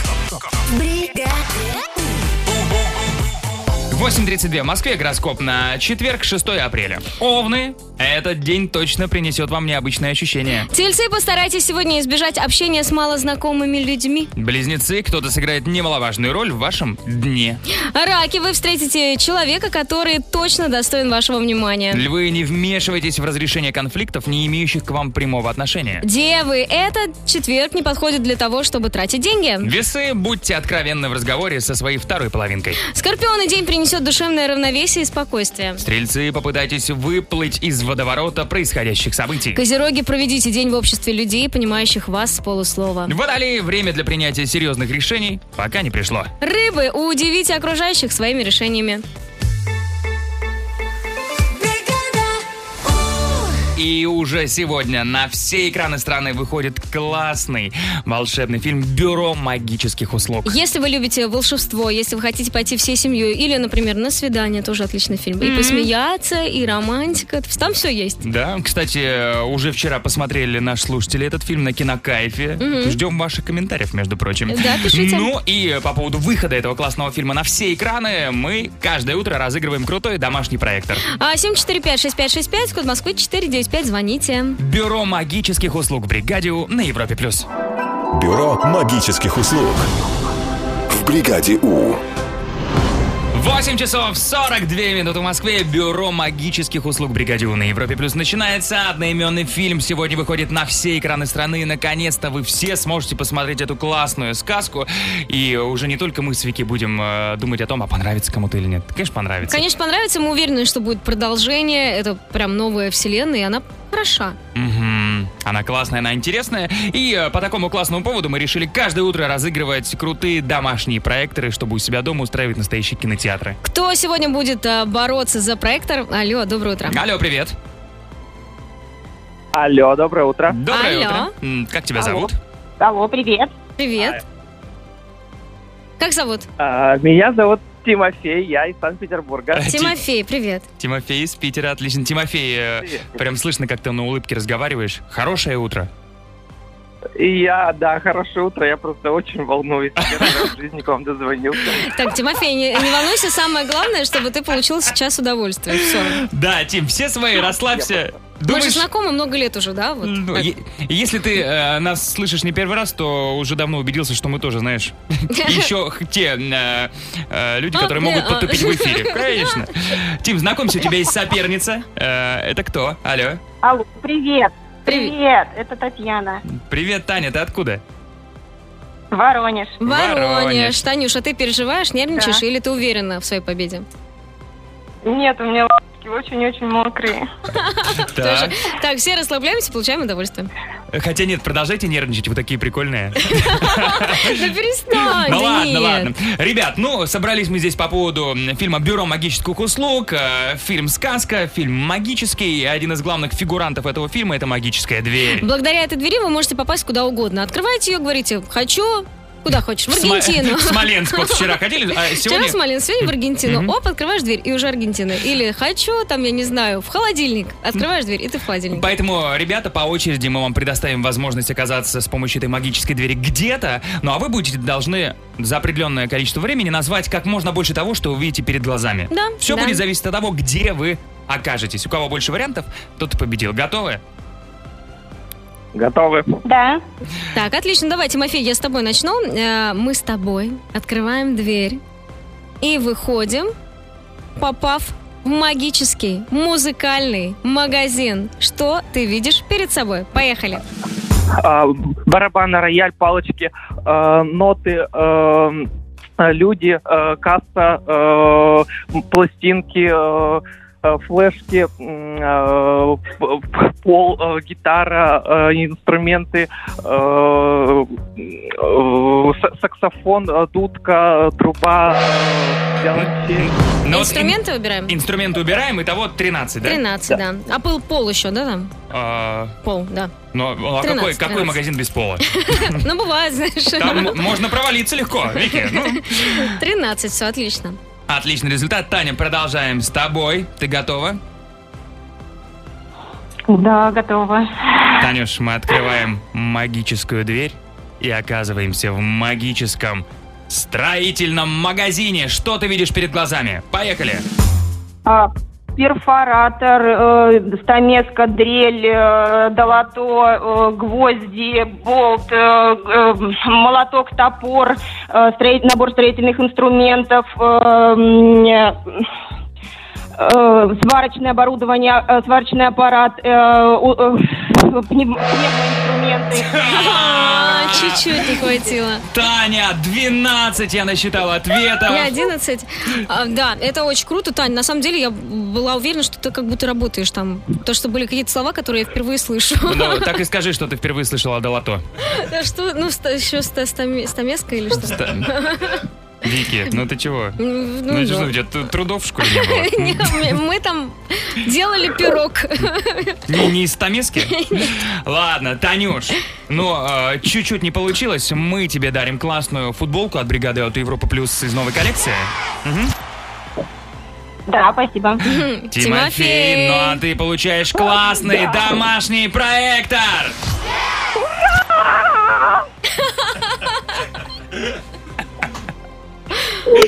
Speaker 1: 8.32 в Москве, гороскоп на четверг, 6 апреля. Овны, этот день точно принесет вам необычное ощущение.
Speaker 2: Тельцы, постарайтесь сегодня избежать общения с малознакомыми людьми.
Speaker 1: Близнецы, кто-то сыграет немаловажную роль в вашем дне.
Speaker 2: Раки, вы встретите человека, который точно достоин вашего внимания.
Speaker 1: Львы, не вмешивайтесь в разрешение конфликтов, не имеющих к вам прямого отношения.
Speaker 2: Девы, этот четверг не подходит для того, чтобы тратить деньги.
Speaker 1: Весы, будьте откровенны в разговоре со своей второй половинкой.
Speaker 2: Скорпионы, день принесет душевное равновесие и спокойствие.
Speaker 1: Стрельцы, попытайтесь выплыть из водоворота происходящих событий.
Speaker 2: Козероги, проведите день в обществе людей, понимающих вас с полуслова.
Speaker 1: Водолеи, время для принятия серьезных решений пока не пришло.
Speaker 2: Рыбы, удивите окружающих своими решениями.
Speaker 1: И уже сегодня на все экраны страны выходит классный волшебный фильм «Бюро магических услуг».
Speaker 2: Если вы любите волшебство, если вы хотите пойти всей семьей, или, например, на свидание, тоже отличный фильм. И посмеяться, и романтика, это- там все есть.
Speaker 1: Да, кстати, э, уже вчера посмотрели наши слушатели этот фильм на кинокайфе. Ждем ваших комментариев, между прочим.
Speaker 2: Да, пишите.
Speaker 1: Ну и э, по поводу выхода этого классного фильма на все экраны, мы каждое утро разыгрываем крутой домашний проектор.
Speaker 2: А, 745-6565, код Москвы 495, звоните.
Speaker 1: «Бюро магических услуг» Бригадиу на Европе+. плюс.
Speaker 8: Бюро магических услуг.
Speaker 3: В бригаде У.
Speaker 1: 8 часов 42 минуты в Москве. Бюро магических услуг Бригадиу на Европе Плюс начинается. Одноименный фильм сегодня выходит на все экраны страны. И, наконец-то вы все сможете посмотреть эту классную сказку. И уже не только мы с Вики будем э, думать о том, а понравится кому-то или нет. Конечно, понравится.
Speaker 2: Конечно, понравится, мы уверены, что будет продолжение. Это прям новая вселенная, и она хороша.
Speaker 1: Мгм. Она классная, она интересная. И э, по такому классному поводу мы решили каждое утро разыгрывать крутые домашние проекторы, чтобы у себя дома устраивать настоящие кинотеатры.
Speaker 2: Кто сегодня будет а, бороться за проектор? Алло, доброе утро.
Speaker 1: Алло, привет.
Speaker 11: Алло, доброе утро.
Speaker 1: Доброе
Speaker 2: Алло.
Speaker 1: утро. М, Как тебя
Speaker 11: Алло.
Speaker 1: зовут?
Speaker 5: Алло, привет.
Speaker 1: а.
Speaker 2: Привет. Как зовут?
Speaker 11: А, меня зовут Тимофей, я из Санкт-Петербурга.
Speaker 1: А, Ти-
Speaker 2: Тимофей, привет.
Speaker 1: Тимофей из Питера, отлично. Тимофей, э,
Speaker 11: Привет.
Speaker 1: прям слышно, как ты на улыбке разговариваешь. Хорошее утро.
Speaker 11: И я, да, хорошее утро, я просто очень волнуюсь. Первый раз в жизни к вам дозвонился.
Speaker 2: Так, Тимофей, не, не волнуйся, самое главное, чтобы ты получил сейчас удовольствие. Все.
Speaker 1: Да, Тим, все свои, расслабься.
Speaker 2: Мы же
Speaker 1: Думаешь,
Speaker 2: знакомы много лет уже, да? Вот.
Speaker 1: ну,
Speaker 2: Так.
Speaker 1: е- если ты э, нас слышишь не первый раз, то уже давно убедился, что мы тоже, знаешь, еще х- те э, э, люди,
Speaker 2: А,
Speaker 1: которые
Speaker 2: не,
Speaker 1: могут
Speaker 2: а.
Speaker 1: потупить в эфире. Конечно. Тим, знакомься, у тебя есть соперница. Э, Это кто? Алло.
Speaker 5: Алло, привет.
Speaker 2: Привет.
Speaker 5: Привет, это Татьяна.
Speaker 1: Привет, Таня, ты откуда?
Speaker 5: Воронеж.
Speaker 2: Воронеж.
Speaker 1: Воронеж.
Speaker 2: Танюш, а ты переживаешь, нервничаешь
Speaker 5: Да.
Speaker 2: или ты уверена в своей победе?
Speaker 5: Нет, у меня лапки очень-очень мокрые.
Speaker 1: Так.
Speaker 2: Тоже. Так, все расслабляемся, получаем удовольствие.
Speaker 1: Хотя нет, продолжайте нервничать, вы такие прикольные.
Speaker 2: Да перестань,
Speaker 1: Ну
Speaker 2: да
Speaker 1: ладно,
Speaker 2: нет.
Speaker 1: ладно. Ребят, ну, собрались мы здесь по поводу м, фильма «Бюро магических услуг», э, фильм «Сказка», фильм «Магический», и один из главных фигурантов этого фильма — это «Магическая дверь».
Speaker 2: Благодаря этой двери вы можете попасть куда угодно. Открываете ее, говорите, хочу, куда хочешь, в
Speaker 1: Сма-
Speaker 2: Аргентину.
Speaker 1: В Смоленск вот вчера ходили, а
Speaker 2: Вчера
Speaker 1: сегодня...
Speaker 2: в Смоленск, сегодня в Аргентину. Оп, открываешь дверь, и уже Аргентина. Или хочу, там, я не знаю, в холодильник. Открываешь дверь, и ты в холодильник.
Speaker 1: Поэтому, ребята, по очереди мы вам предоставим возможность оказаться с помощью этой магической двери где-то, ну а вы будете должны за определенное количество времени назвать как можно больше того, что вы видите перед глазами.
Speaker 2: Да,
Speaker 1: Все
Speaker 2: да.
Speaker 1: будет зависеть от того, где вы окажетесь. У кого больше вариантов, тот и победил. Готовы?
Speaker 11: Готовы?
Speaker 5: Да.
Speaker 2: Так, отлично. Давай, Тимофей, я с тобой начну. Э, Мы с тобой открываем дверь и выходим, попав в магический музыкальный магазин. Что ты видишь перед собой? Поехали.
Speaker 11: А, барабаны, рояль, палочки, э, ноты, э, люди, э, касса, э, м, пластинки, э, э, флешки, м, э, п- п- пол, э, гитара, э, инструменты, э, э, са- саксофон, э, дудка, э, труба, э, виолончель.
Speaker 1: Ну, вот
Speaker 2: Инструменты выбираем?
Speaker 1: ин- инструменты убираем, итого 13, да?
Speaker 2: 13, да. А пол, пол еще, да, там?
Speaker 1: А,
Speaker 2: Пол, да.
Speaker 1: ну, а
Speaker 2: 13,
Speaker 1: какой,
Speaker 2: 13.
Speaker 1: какой магазин без пола?
Speaker 2: Ну, бывает,
Speaker 1: Там м-
Speaker 2: знаешь.
Speaker 1: можно провалиться легко, Вики. ну.
Speaker 2: 13, все, отлично.
Speaker 1: Отличный результат. Таня, продолжаем с тобой. Ты готова?
Speaker 5: Да, готова.
Speaker 1: Танюш, мы открываем магическую дверь и оказываемся в магическом строительном магазине. Что ты видишь перед глазами? Поехали!
Speaker 5: А, перфоратор, э, стамеска, дрель, э, долото, э, гвозди, болт, э, э, молоток, топор, э, строит- набор строительных инструментов, э, м, э, э, сварочное оборудование, э, сварочный аппарат, э, у- э, пнев- пневмоинструменты.
Speaker 2: А, Чуть-чуть не хватило.
Speaker 1: Таня, 12 я насчитал ответов.
Speaker 2: Я 11. А, да, это очень круто, Тань. На самом деле я была уверена, что ты как будто работаешь там. То, что были какие-то слова, которые я впервые слышу.
Speaker 1: Ну, так и скажи, что ты впервые слышала о долото.
Speaker 2: Да Что, ну, ста- еще ста- стами- стамеска или что?
Speaker 1: Ста- Вики, ну ты чего?
Speaker 2: Ну,
Speaker 1: Ну,
Speaker 2: да.
Speaker 1: что, у тебя т- трудов в школе не было?
Speaker 2: Не, мы- Мы там делали пирог.
Speaker 1: Не, не из Томески? Ладно, Танюш, но э, чуть-чуть не получилось. Мы тебе дарим классную футболку от бригады от Европа Плюс из новой коллекции.
Speaker 5: Да, спасибо.
Speaker 2: Тимофей.
Speaker 1: ну а ты получаешь классный домашний проектор!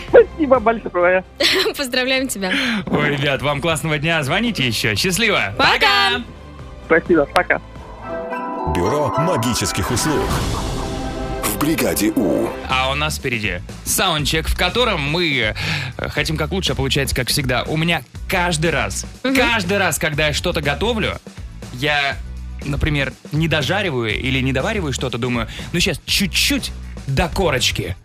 Speaker 11: Спасибо большое.
Speaker 2: Поздравляем тебя.
Speaker 1: Ой, ребят, вам классного дня, звоните еще. Счастливо!
Speaker 2: Пока!
Speaker 11: Спасибо, пока.
Speaker 8: Бюро магических услуг.
Speaker 3: В бригаде У.
Speaker 1: А у нас впереди саундчек, в котором мы э, хотим как лучше, а получается как всегда. У меня каждый раз, каждый раз, когда я что-то готовлю, я, например, не дожариваю или не довариваю что-то, думаю, ну сейчас чуть-чуть до корочки.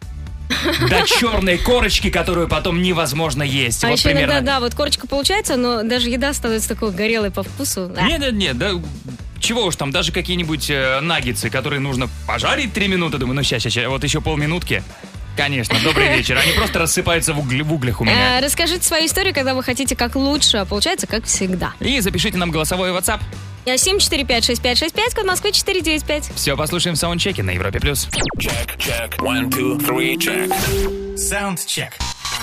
Speaker 1: До черной корочки, которую потом невозможно есть.
Speaker 2: А
Speaker 1: вот
Speaker 2: еще
Speaker 1: примерно.
Speaker 2: иногда, да, вот корочка получается, но даже еда становится такой горелой по вкусу. Да.
Speaker 1: Нет, нет, нет, да чего уж там, даже какие-нибудь э, наггетсы, которые нужно пожарить три минуты. Думаю, ну сейчас, сейчас, вот еще полминутки. Конечно, добрый вечер. Они просто рассыпаются в, угле- в углях у меня.
Speaker 2: Э, Расскажите свою историю, когда вы хотите как лучше, а получается как всегда. Э,
Speaker 1: И запишите нам голосовой WhatsApp.
Speaker 2: Я 7456565, код Москвы 495.
Speaker 1: Все послушаем в саундчеке на Европе+. плюс.
Speaker 6: Саундчек.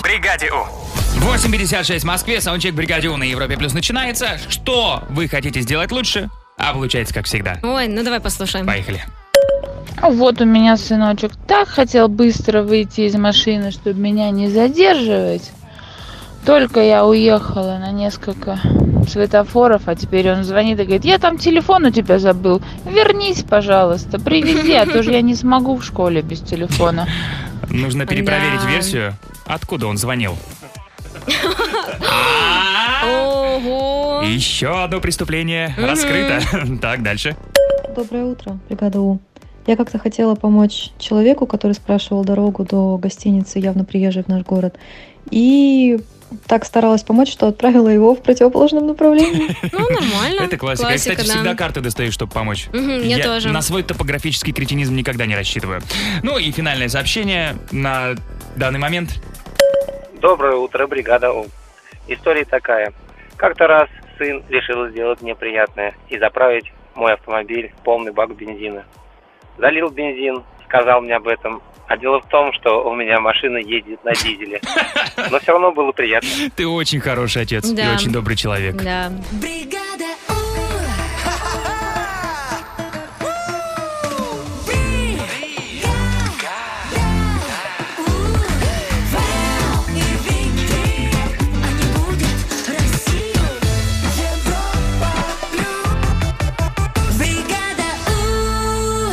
Speaker 1: 8.56 в Москве, саундчек «Бригаде У» на Европе+. плюс начинается. Что вы хотите сделать лучше? А получается, как всегда.
Speaker 2: Ой, ну давай послушаем.
Speaker 1: Поехали.
Speaker 12: А Вот у меня сыночек так хотел быстро выйти из машины, чтобы меня не задерживать. Только я уехала на несколько светофоров, а теперь он звонит и говорит, я там телефон у тебя забыл, вернись, пожалуйста, привези, а то же я не смогу в школе без телефона.
Speaker 1: Нужно перепроверить
Speaker 2: Да.
Speaker 1: версию, откуда он звонил. А!
Speaker 2: Ого!
Speaker 1: Еще одно преступление раскрыто. Так, дальше.
Speaker 13: Доброе утро, бригада У. Я как-то хотела помочь человеку, который спрашивал дорогу до гостиницы, явно приезжей в наш город. И так старалась помочь, что отправила его в противоположном направлении.
Speaker 2: Ну, нормально.
Speaker 1: Это классика. Я, кстати,
Speaker 2: да.
Speaker 1: всегда карты достаю, чтобы помочь.
Speaker 2: Мгм, я тоже.
Speaker 1: На свой топографический кретинизм никогда не рассчитываю. Ну и финальное сообщение на данный момент.
Speaker 14: Доброе утро, бригада У. История такая. Как-то раз сын решил сделать мне приятное и заправить мой автомобиль в полный бак бензина. Залил бензин, сказал мне об этом. А дело в том, что у меня машина едет на дизеле. Но все равно было приятно.
Speaker 1: Ты очень хороший отец и
Speaker 2: Да.
Speaker 1: очень добрый человек.
Speaker 2: Да.
Speaker 9: Бригада У. Бригада У. Вэл и Вики. Они будут Россию. Европа плюс. Бригада У.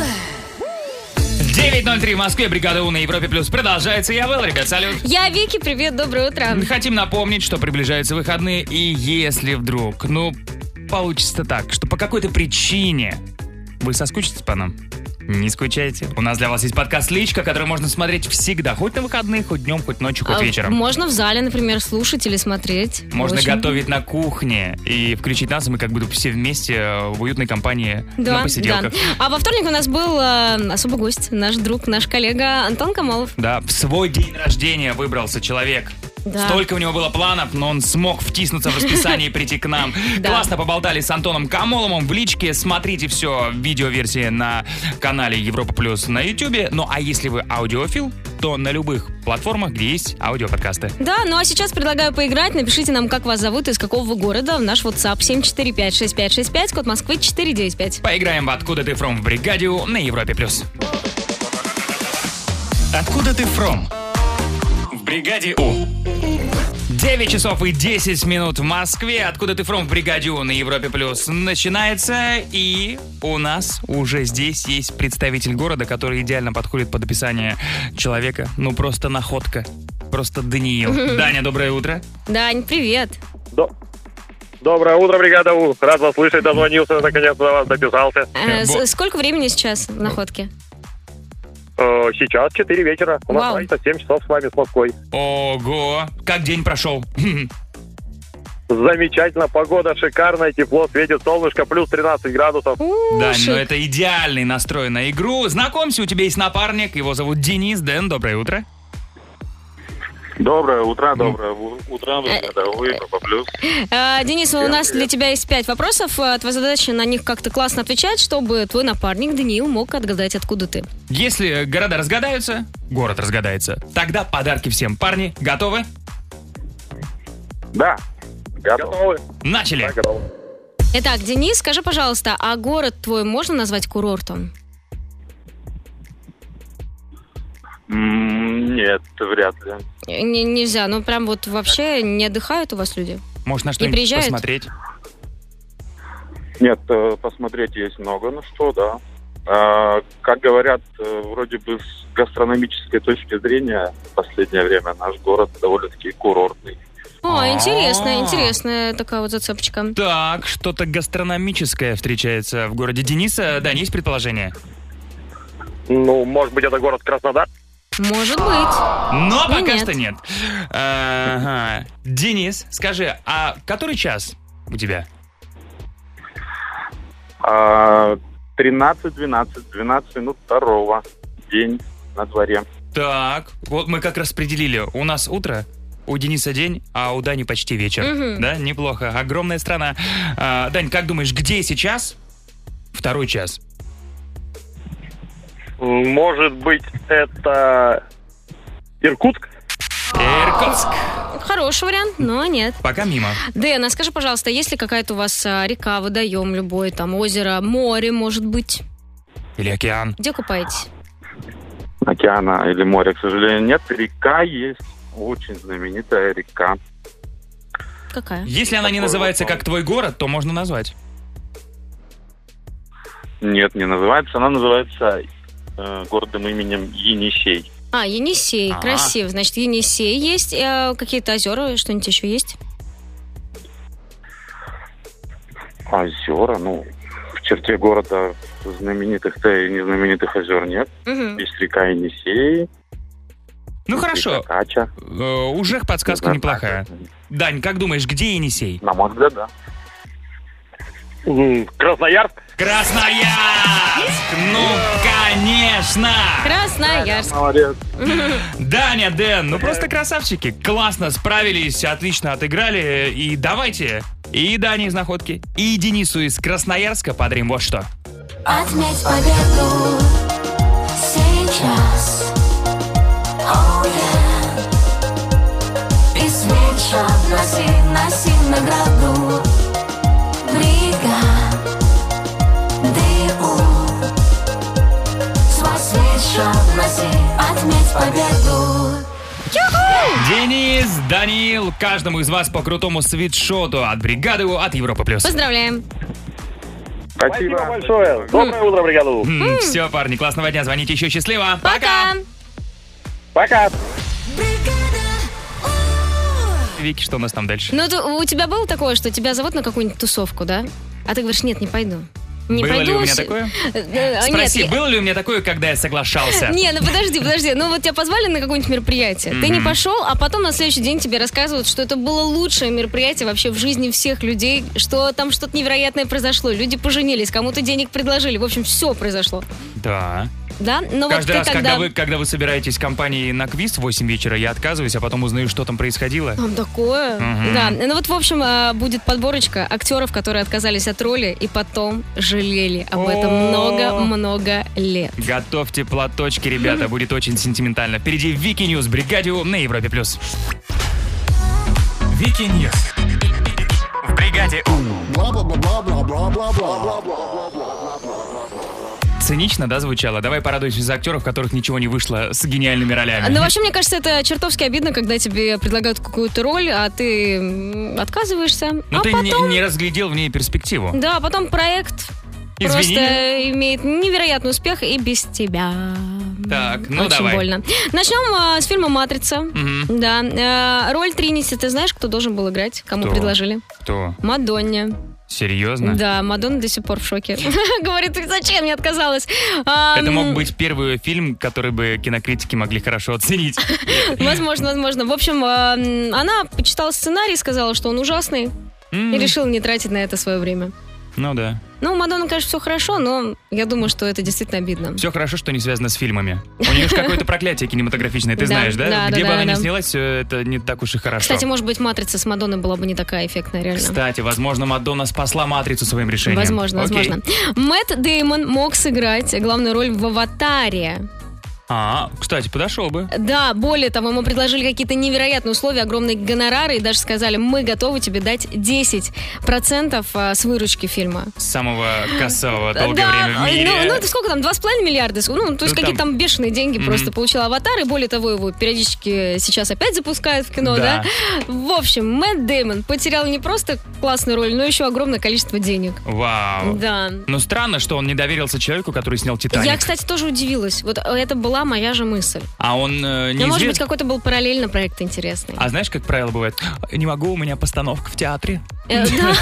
Speaker 1: 23 в Москве, бригада У на Европе Плюс продолжается. Я Вэл, ребят, салют.
Speaker 2: Я Вики, привет, доброе утро.
Speaker 1: А, Хотим напомнить, что приближаются выходные, и если вдруг, ну, получится так, что по какой-то причине вы соскучитесь по нам, не скучайте. У нас для вас есть подкаст «Личка», который можно смотреть всегда, хоть на выходных, хоть днем, хоть ночью, хоть
Speaker 2: А,
Speaker 1: вечером.
Speaker 2: Можно в зале, например, слушать или смотреть.
Speaker 1: Можно
Speaker 2: Очень.
Speaker 1: готовить на кухне и включить нас, и мы как будто все вместе э, в уютной компании на
Speaker 2: Да, да.
Speaker 1: посиделках.
Speaker 2: А во вторник у нас был э, особый гость, наш друг, наш коллега Антон Камолов.
Speaker 1: Да, в свой день рождения выбрался человек.
Speaker 2: Да.
Speaker 1: Столько у него было планов, но он смог втиснуться в расписание и прийти к нам.
Speaker 2: Да.
Speaker 1: Классно поболтали с Антоном Камоломом в личке. Смотрите все в видеоверсии на канале Европа Плюс на Ютубе. Ну а если вы аудиофил, то на любых платформах, где есть аудиоподкасты.
Speaker 2: Да, ну а сейчас предлагаю поиграть. Напишите нам, как вас зовут, из какого вы города, в наш WhatsApp 7456565, код Москвы 495.
Speaker 1: Поиграем в «Откуда ты фром» в бригаде У» на Европе+. плюс. «Откуда ты фром» в бригаде У. 9 часов и 10 минут в Москве. «Откуда ты фром» в бригаде У на Европе+. плюс начинается. И у нас уже здесь есть представитель города, который идеально подходит под описание человека. Ну, просто находка. Просто Даниил. Даня, доброе утро.
Speaker 2: Дань, привет.
Speaker 15: Доброе утро, бригада У. Рад вас слышать, дозвонился, наконец до вас дописался.
Speaker 2: Э, с- Сколько времени сейчас в находке?
Speaker 15: Э, Сейчас 4 вечера. У нас
Speaker 2: Вау.
Speaker 15: разница 7 часов с вами, с Москвой.
Speaker 1: Ого! Как день прошел?
Speaker 15: Замечательно, погода шикарная, тепло, светит солнышко, плюс 13 градусов.
Speaker 1: Дань, ну это идеальный настрой на игру. Знакомься, у тебя есть напарник, его зовут Денис. Дэн, доброе утро.
Speaker 16: Доброе утро, доброе у- утро, бригада У,
Speaker 15: э,
Speaker 16: Европа Плюс.
Speaker 2: Э, Денис, у нас для тебя есть пять вопросов. Э, Твоя задача на них как-то классно отвечать, чтобы твой напарник Даниил мог отгадать, откуда ты.
Speaker 1: Если города разгадаются, город разгадается. Тогда подарки всем. Парни, готовы?
Speaker 16: Да. Готовы.
Speaker 1: Начали.
Speaker 2: Итак, Денис, скажи, пожалуйста, а город твой можно назвать курортом?
Speaker 16: М, Нет, вряд ли.
Speaker 2: Э, не- нельзя, ну прям вот вообще не отдыхают у вас люди?
Speaker 1: Может, на
Speaker 2: И
Speaker 1: что-нибудь
Speaker 2: приезжают?
Speaker 1: посмотреть?
Speaker 16: Нет, э, посмотреть есть много, ну что, да. А, Как говорят, э, вроде бы с гастрономической точки зрения, в последнее время наш город довольно-таки курортный.
Speaker 2: О,
Speaker 1: А.
Speaker 2: интересная, интересная такая вот зацепочка.
Speaker 1: Так, что-то гастрономическое встречается в городе Дениса. Дань, есть предположение?
Speaker 15: Ну, может быть, это город Краснодар?
Speaker 2: Может быть.
Speaker 1: Но
Speaker 2: И
Speaker 1: пока
Speaker 2: нет.
Speaker 1: что нет. Ага. Денис, скажи, а который час у тебя?
Speaker 16: А, 13-12, 12 минут второго день на дворе.
Speaker 1: Так, вот мы как распределили. У нас утро, у Дениса день, а у Дани почти вечер.
Speaker 2: Мгм.
Speaker 1: Да, неплохо. Огромная страна. А, Дань, как думаешь, где сейчас второй час?
Speaker 15: Может быть, это Иркутск?
Speaker 1: Иркутск.
Speaker 2: Хороший вариант, но нет.
Speaker 1: Пока мимо.
Speaker 2: Дэн, а скажи, пожалуйста, есть ли какая-то у вас а, река, водоем любой, там озеро, море, может быть?
Speaker 1: Или океан?
Speaker 2: Где купаетесь?
Speaker 16: Океана или моря, к сожалению, нет. Река есть, очень знаменитая река.
Speaker 2: Какая?
Speaker 1: Если она не называется как твой город, то можно назвать.
Speaker 16: Нет, не называется. Она называется э, гордым именем Енисей.
Speaker 2: А, Енисей,
Speaker 16: Ага.
Speaker 2: красиво. Значит, Енисей есть, э, какие-то озера, что-нибудь еще есть?
Speaker 16: Озера, ну, в черте города знаменитых-то и незнаменитых озер нет.
Speaker 2: Мгм.
Speaker 16: Есть река Енисей.
Speaker 1: Ну
Speaker 16: есть
Speaker 1: хорошо.
Speaker 16: река Кача.
Speaker 1: Э, Уже подсказка неплохая. Дань, как думаешь, где Енисей?
Speaker 16: На мой взгляд, да.
Speaker 15: Красноярск?
Speaker 1: Красноярск! Ну, конечно!
Speaker 2: Красноярск.
Speaker 16: Молодец.
Speaker 1: Даня, Дэн, ну просто красавчики. Классно справились, отлично отыграли. И давайте и Дане из Находки, и Денису из Красноярска подарим вот что.
Speaker 9: Отметь победу сейчас. Oh, yeah. И свечу относи, носи награду. Брига, ДУ. Свой свечу относи, отметь победу.
Speaker 1: Денис, Даниил, каждому из вас по крутому свитшоту от бригады У, от Европы+. плюс.
Speaker 2: Поздравляем.
Speaker 15: Спасибо, большое. Доброе утро, бригаду.
Speaker 1: Все, парни, классного дня. Звоните еще. Счастливо.
Speaker 2: Пока!
Speaker 15: Пока.
Speaker 1: Вики, что у нас там дальше?
Speaker 2: Ну, то- у тебя было такое, что тебя зовут на какую-нибудь тусовку, да? А ты говоришь, нет, не пойду. Не
Speaker 1: Было ли
Speaker 2: пойду.
Speaker 1: у меня
Speaker 2: с-
Speaker 1: такое?
Speaker 2: Э, э,
Speaker 1: Спроси,
Speaker 2: нет, я-
Speaker 1: было ли у меня такое, когда я соглашался?
Speaker 2: Не, ну подожди, подожди. Ну вот тебя позвали на какое-нибудь мероприятие. Ты не
Speaker 1: Мгм.
Speaker 2: пошел, а потом на следующий день тебе рассказывают, что это было лучшее мероприятие вообще в жизни всех людей, что там что-то невероятное произошло. Люди поженились, кому-то денег предложили. В общем, все произошло.
Speaker 1: Да.
Speaker 2: Да? Но Ну, вот
Speaker 1: Каждый
Speaker 2: ты
Speaker 1: раз, когда
Speaker 2: тогда...
Speaker 1: вы, когда вы собираетесь в компании на квиз в 8 вечера, я отказываюсь, а потом узнаю, что там происходило.
Speaker 2: Там такое.
Speaker 1: Мгм.
Speaker 2: Да. Ну вот, в общем, э, будет подборочка актеров, которые отказались от роли и потом жалели об этом много-много лет.
Speaker 1: Готовьте платочки, ребята, будет очень сентиментально. Впереди Вики Ньюс, Бригадиум на Европе+. плюс.
Speaker 6: Вики Ньюс. В бригаде
Speaker 1: Цинично, да, звучало? Давай порадуйся за актеров, у которых ничего не вышло с гениальными ролями.
Speaker 2: Ну, вообще, мне кажется, это чертовски обидно, когда тебе предлагают какую-то роль, а ты м, отказываешься.
Speaker 1: Ну,
Speaker 2: а
Speaker 1: ты не-
Speaker 2: потом...
Speaker 1: не, разглядел в ней перспективу.
Speaker 2: Да, а потом проект просто
Speaker 1: Извинили?
Speaker 2: имеет невероятный успех и без тебя.
Speaker 1: Так, ну
Speaker 2: Очень
Speaker 1: давай.
Speaker 2: больно. Начнем а, с фильма «Матрица».
Speaker 1: Мгм.
Speaker 2: Да. Э, роль Тринити, ты знаешь, кто должен был играть? Кому
Speaker 1: Кто?
Speaker 2: предложили?
Speaker 1: Кто?
Speaker 2: Мадонне.
Speaker 1: Серьезно?
Speaker 2: Да, Мадонна до сих пор в шоке. Говорит, «Ты зачем я отказалась? А,
Speaker 1: Это
Speaker 2: м,
Speaker 1: мог быть первый фильм, который бы кинокритики могли хорошо оценить.
Speaker 2: Возможно, возможно. В общем, а, м, она почитала сценарий, сказала, что он ужасный, и решила не тратить на это свое время.
Speaker 1: Ну да.
Speaker 2: Ну, у Мадонны, конечно, все хорошо, но я думаю, что это действительно обидно.
Speaker 1: Все хорошо, что не связано с фильмами. У нее же какое-то проклятие кинематографичное, ты
Speaker 2: Да,
Speaker 1: знаешь, да?
Speaker 2: да,
Speaker 1: Где
Speaker 2: да,
Speaker 1: бы
Speaker 2: да,
Speaker 1: она ни
Speaker 2: да.
Speaker 1: снялась, всё это не так уж и хорошо.
Speaker 2: Кстати, может быть, «Матрица» с Мадонной была бы не такая эффектная, реально.
Speaker 1: Кстати, возможно, Мадонна спасла матрицу своим решением.
Speaker 2: Возможно,
Speaker 1: Окей.
Speaker 2: возможно. Мэтт Деймон мог сыграть главную роль в «Аватаре».
Speaker 1: А, кстати, подошел бы.
Speaker 2: Да, более того, ему предложили какие-то невероятные условия, огромные гонорары, и даже сказали, мы готовы тебе дать 10% а, с выручки фильма.
Speaker 1: С самого кассового долгое
Speaker 2: да,
Speaker 1: время в мире.
Speaker 2: Ну, ну, это сколько там, 2,5 миллиарда? Ну, то
Speaker 1: Ну,
Speaker 2: есть какие-то
Speaker 1: там-
Speaker 2: там бешеные деньги
Speaker 1: Мгм.
Speaker 2: просто получил «Аватар», и более того, его периодически сейчас опять запускают в кино,
Speaker 1: Да.
Speaker 2: ну, да? В общем, Мэтт Дэймон потерял не просто классную роль, но еще огромное количество денег.
Speaker 1: Вау.
Speaker 2: Да.
Speaker 1: Ну, странно, что он не доверился человеку, который снял «Титаник».
Speaker 2: Я, кстати, тоже удивилась. Вот э, это была моя же мысль.
Speaker 1: А он э,
Speaker 2: Ну, может быть,
Speaker 1: неизвестный.
Speaker 2: какой-то был параллельно проект интересный.
Speaker 1: А знаешь, как правило бывает, «А, не могу, у меня постановка в театре.
Speaker 2: Э, да,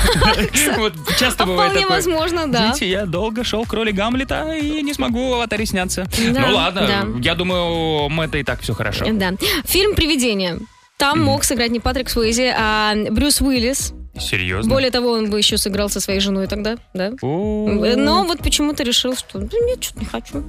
Speaker 1: Вот часто бывает
Speaker 2: вполне
Speaker 1: такое.
Speaker 2: возможно, да.
Speaker 1: Видите, я долго шел к роли Гамлета и не смогу в «Аватаре» сняться.
Speaker 2: Да,
Speaker 1: Ну ладно,
Speaker 2: да.
Speaker 1: я думаю, у Мэтта и так все хорошо.
Speaker 2: Да. Фильм «Привидение». Там
Speaker 1: Мгм.
Speaker 2: мог сыграть не Патрик Суэйзи, а Брюс Уиллис.
Speaker 1: Серьезно?
Speaker 2: Э, Более того, он бы еще сыграл со своей женой тогда, да?
Speaker 1: О.
Speaker 2: Э, Но вот почему-то решил, что «Да нет, что-то не хочу.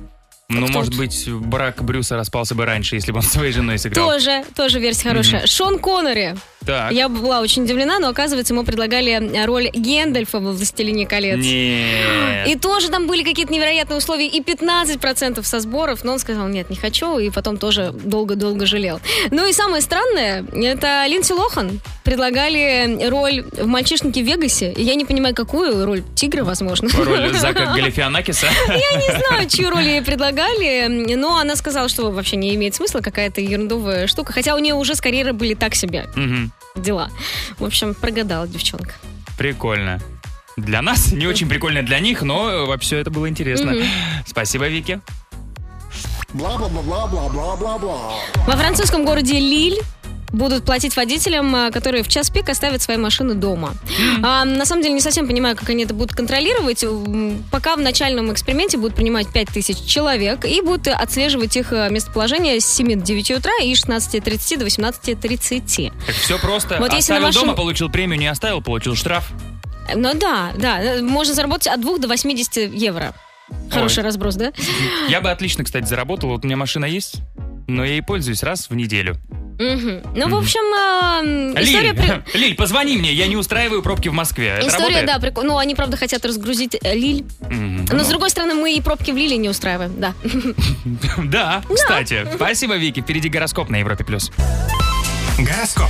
Speaker 1: Ну,
Speaker 2: Как-то
Speaker 1: может быть, брак Брюса распался бы раньше, если бы он своей женой сыграл.
Speaker 2: Тоже, тоже версия хорошая. Шон Коннери.
Speaker 1: Так.
Speaker 2: Я была очень удивлена, но оказывается, ему предлагали э, роль Гендальфа во «Властелине колец».
Speaker 1: Нет.
Speaker 2: И тоже там были какие-то невероятные условия, и 15% со сборов, но он сказал, нет, не хочу, и потом тоже долго-долго жалел. Ну и самое странное, это Линдси Лохан. Предлагали роль в «Мальчишнике в Вегасе», и я не понимаю, какую роль тигра, возможно.
Speaker 1: Роль Зака Галифианакиса.
Speaker 2: Я не знаю, чью роль ей предлагали, но она сказала, что вообще не имеет смысла, какая-то ерундовая штука, хотя у нее уже с карьеры были так себе
Speaker 1: Мгм.
Speaker 2: дела. В общем, прогадала девчонка.
Speaker 1: Прикольно. Для нас не очень прикольно для них, но вообще все это было интересно.
Speaker 2: Мгм.
Speaker 1: Спасибо, Вики.
Speaker 2: Во французском городе Лиль будут платить водителям, э, которые в час пик оставят свои машины дома. А, на самом деле не совсем понимаю, как они это будут контролировать. М, Пока в начальном эксперименте будут принимать 5000 человек и будут э, отслеживать их э, местоположение с 7 до 9 утра и 16.30 до 18.30.
Speaker 1: Так все просто.
Speaker 2: Вот если на
Speaker 1: оставил
Speaker 2: вашем-
Speaker 1: дома, получил премию, не оставил, получил штраф.
Speaker 2: Э, Ну да, да, э, можно заработать от 2 до 80 евро. Хороший
Speaker 1: Ой.
Speaker 2: разброс, да?
Speaker 1: Я бы отлично, кстати, заработал. Вот у меня машина есть, но я ей пользуюсь раз в неделю.
Speaker 2: Мгм. Ну, в
Speaker 1: Мгм.
Speaker 2: общем, э, история...
Speaker 1: Лиль,
Speaker 2: при-
Speaker 1: Лиль, позвони мне, я не устраиваю пробки в Москве. Это
Speaker 2: История,
Speaker 1: работает? Ну.
Speaker 2: да, прикольно. Ну, они, правда, хотят разгрузить э, Лиль.
Speaker 1: Мгм.
Speaker 2: Но, с другой стороны, мы и пробки в Лиле не устраиваем, да.
Speaker 1: Да, кстати. Спасибо, Вики. Впереди гороскоп на Европе+. плюс.
Speaker 6: Гороскоп.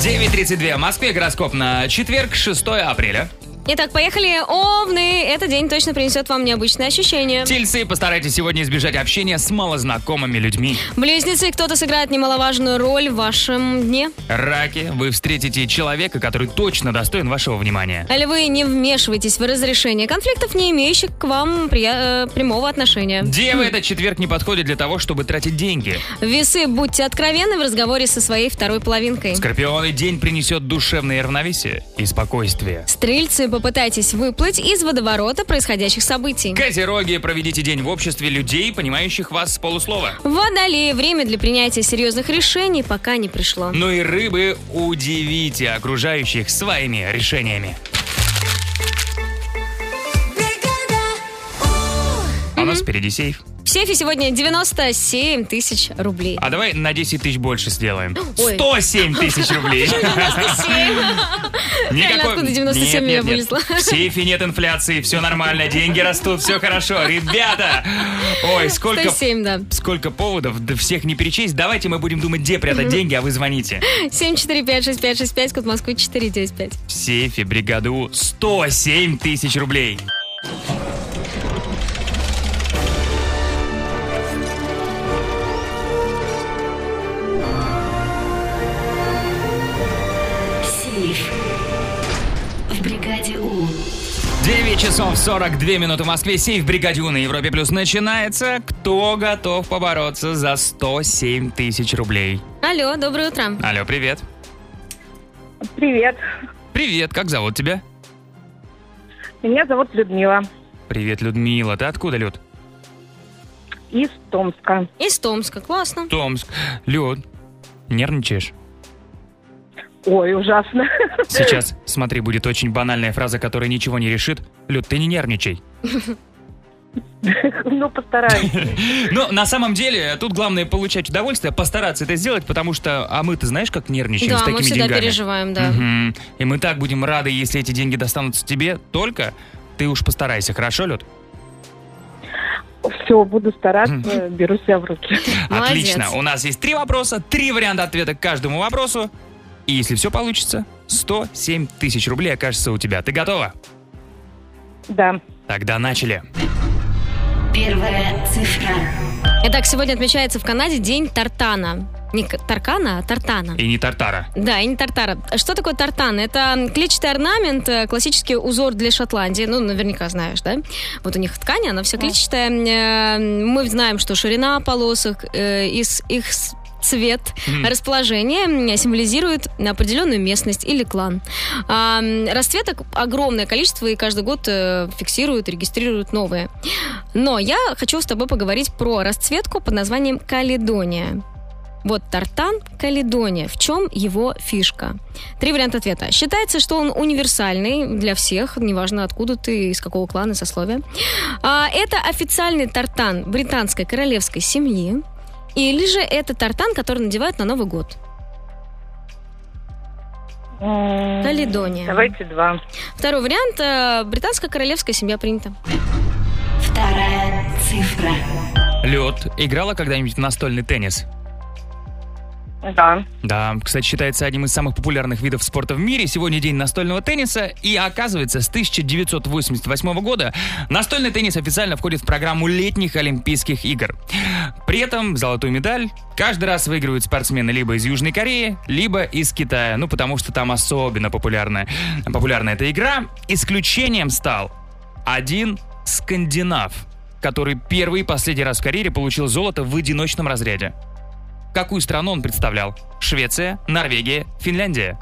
Speaker 1: 9.32 в Москве. Гороскоп на четверг, 6 апреля.
Speaker 2: Итак, поехали. Овны, этот день точно принесет вам необычные ощущения.
Speaker 1: Тельцы, постарайтесь сегодня избежать общения с малознакомыми людьми.
Speaker 2: Близнецы, кто-то сыграет немаловажную роль в вашем дне.
Speaker 1: Раки, вы встретите человека, который точно достоин вашего внимания.
Speaker 2: Львы, не вмешивайтесь в разрешение конфликтов, не имеющих к вам прия- э, прямого отношения.
Speaker 1: Девы, этот четверг не подходит для того, чтобы тратить деньги.
Speaker 2: Весы, будьте откровенны в разговоре со своей второй половинкой.
Speaker 1: Скорпионы, день принесет душевное равновесие и спокойствие.
Speaker 2: Стрельцы, попытайтесь выплыть из водоворота происходящих событий.
Speaker 1: Козероги, проведите день в обществе людей, понимающих вас с полуслова.
Speaker 2: Водолеи, время для принятия серьезных решений пока не пришло.
Speaker 1: Ну и рыбы, удивите окружающих своими решениями. А у нас впереди сейф.
Speaker 2: В сейфе сегодня 97 тысяч рублей.
Speaker 1: А давай на 10 тысяч больше сделаем.
Speaker 2: Ой.
Speaker 1: 107 тысяч рублей.
Speaker 2: 97. Реально,
Speaker 1: Никакой-
Speaker 2: откуда 97
Speaker 1: Нет,
Speaker 2: я
Speaker 1: нет, нет.
Speaker 2: вылезла?
Speaker 1: В сейфе нет инфляции, все нормально, деньги растут, все хорошо. Ребята! Ой, сколько...
Speaker 2: 107, да.
Speaker 1: Сколько поводов, да всех не перечесть. Давайте мы будем думать, где прятать деньги, а вы звоните.
Speaker 2: 7456565, код Москвы 495.
Speaker 1: В сейфе бригады У 107 тысяч рублей.
Speaker 9: Сейф. В бригаде У.
Speaker 1: 9 часов 42 минуты в Москве. Сейф бригаде У на Европе Плюс начинается. Кто готов побороться за 107 тысяч рублей?
Speaker 2: Алло, доброе утро.
Speaker 1: Алло, привет.
Speaker 17: Привет.
Speaker 1: Привет, как зовут тебя?
Speaker 17: Меня зовут Людмила
Speaker 1: Привет, Людмила. Ты откуда, Люд?
Speaker 17: из Томска.
Speaker 2: Из Томска, классно.
Speaker 1: Томск. Люд, нервничаешь?
Speaker 17: Ой, ужасно.
Speaker 1: Сейчас, смотри, будет очень банальная фраза, которая ничего не решит. Люд, ты не нервничай.
Speaker 17: Ну, постараюсь.
Speaker 1: Но Ну, на самом деле, тут главное получать удовольствие, постараться это сделать, потому что, а мы-то знаешь, как нервничаем с
Speaker 2: Да,
Speaker 1: такими
Speaker 2: мы всегда
Speaker 1: деньгами?
Speaker 2: переживаем, да.
Speaker 1: Мгм. И мы так будем рады, если эти деньги достанутся тебе, только ты уж постарайся, хорошо, Люд?
Speaker 17: Все, буду стараться, беру себя в руки.
Speaker 1: Отлично. У нас есть три вопроса, три варианта ответа к каждому вопросу. И если все получится, 107 тысяч рублей окажется у тебя. Ты готова?
Speaker 17: Да.
Speaker 1: Тогда начали.
Speaker 9: Первая цифра.
Speaker 2: Итак, сегодня отмечается в Канаде День Тартана. Не к- Таркана, а Тартана.
Speaker 1: И не тартара.
Speaker 2: Да, и не тартара. Что такое тартан? Это клетчатый орнамент, э, классический узор для Шотландии. Ну, наверняка знаешь, да? Вот у них ткань, она вся клетчатая. Э, Мы знаем, что ширина полосок, э, из их с- цвет,
Speaker 9: Мгм.
Speaker 2: расположение э, символизирует определенную местность или клан. А, м, расцветок огромное количество, и каждый год э, фиксируют, регистрируют новые. Но я хочу с тобой поговорить про расцветку под названием «Каледония». Вот тартан Каледония. В чем его фишка? Три варианта ответа. Считается, что он универсальный для всех, неважно откуда ты, из какого клана, сословия. А, это официальный тартан британской королевской семьи. Или же это тартан, который надевают на Новый год. Каледония.
Speaker 17: Давайте два.
Speaker 2: Второй вариант. э, Британская королевская семья принята.
Speaker 9: Вторая цифра.
Speaker 1: Люд, играла когда-нибудь в настольный теннис?
Speaker 17: Да.
Speaker 1: Да, кстати, считается одним из самых популярных видов спорта в мире. Сегодня день настольного тенниса, и оказывается, с 1988 года настольный теннис официально входит в программу летних Олимпийских игр. При этом золотую медаль каждый раз выигрывают спортсмены либо из Южной Кореи, либо из Китая, ну потому что там особенно популярная, популярна эта игра. Исключением стал один скандинав, который первый и последний раз в карьере получил золото в одиночном разряде. Какую страну он представлял? Швеция, Норвегия, Финляндия.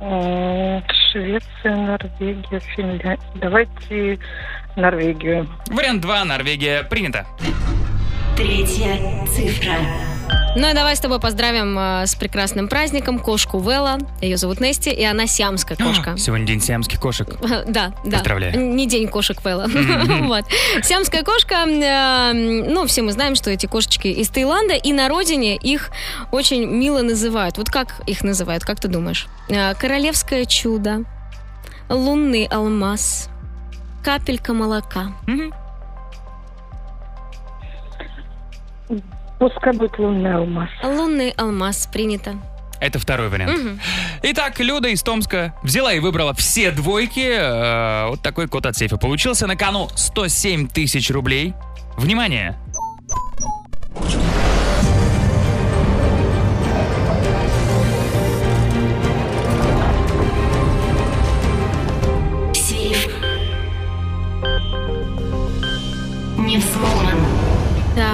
Speaker 17: М, Швеция, Норвегия, Финляндия. Давайте Норвегию.
Speaker 1: Вариант 2, Норвегия, принято.
Speaker 9: Третья цифра.
Speaker 2: Ну и давай с тобой поздравим э, с прекрасным праздником кошку Вела. Ее зовут Нести, и она сиамская кошка.
Speaker 1: Сегодня день сиамских кошек.
Speaker 2: Да, да.
Speaker 1: Поздравляю.
Speaker 2: Не день кошек Вэлла.
Speaker 1: Мгм.
Speaker 2: Вот. Сиамская кошка, э, ну, все мы знаем, что эти кошечки из Таиланда, и на родине их очень мило называют. Вот как их называют, как ты думаешь? Э, Королевское чудо, лунный алмаз, капелька молока.
Speaker 17: Пускай будет лунный алмаз.
Speaker 2: Лунный алмаз принято.
Speaker 1: Это второй вариант.
Speaker 2: Мгм.
Speaker 1: Итак, Люда из Томска взяла и выбрала все двойки. Э, вот такой код от сейфа получился. На кону 107 тысяч рублей. Внимание!
Speaker 9: Сейф. Не взломан.
Speaker 2: Да.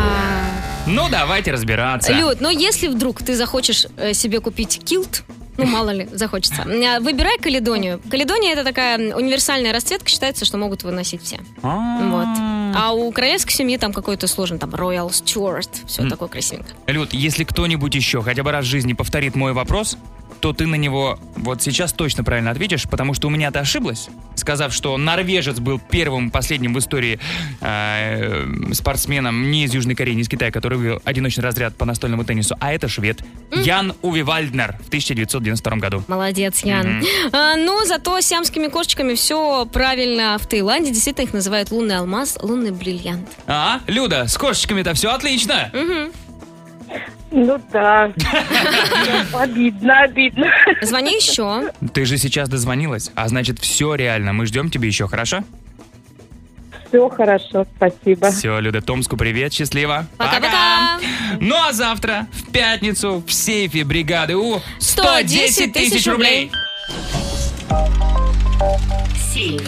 Speaker 1: Ну, давайте разбираться.
Speaker 2: Люд, но если вдруг ты захочешь э, себе купить килт, ну, мало ли, захочется. э, Выбирай Каледонию. Каледония это такая универсальная расцветка, считается, что могут выносить все. Вот. А у королевской семьи там какой-то сложный, там, Royal Stewart, все
Speaker 1: М.
Speaker 2: такое красивенько.
Speaker 1: Люд, если кто-нибудь еще хотя бы раз в жизни повторит мой вопрос, то ты на него вот сейчас точно правильно ответишь, потому что у меня-то ошиблась, сказав, что норвежец был первым и последним в истории э, спортсменом не из Южной Кореи, не из Китая, который вывел одиночный разряд по настольному теннису, а это швед Ян Уви Вальднер в 1992 году.
Speaker 2: Молодец, Ян.
Speaker 1: Мгм.
Speaker 2: А, но зато сиамскими кошечками все правильно. В Таиланде действительно их называют лунный алмаз, лунный бриллиант.
Speaker 1: А, Люда, с кошечками-то все отлично.
Speaker 17: Ну да. Обидно, обидно.
Speaker 2: Звони еще.
Speaker 1: Ты же сейчас дозвонилась, а значит все реально. Мы ждем тебя еще, хорошо?
Speaker 17: Все хорошо, спасибо.
Speaker 1: Все, Люда, Томску привет, счастливо.
Speaker 2: Пока-пока.
Speaker 1: Ну а завтра, в пятницу, в сейфе бригады У
Speaker 9: 110 тысяч рублей. Сейф.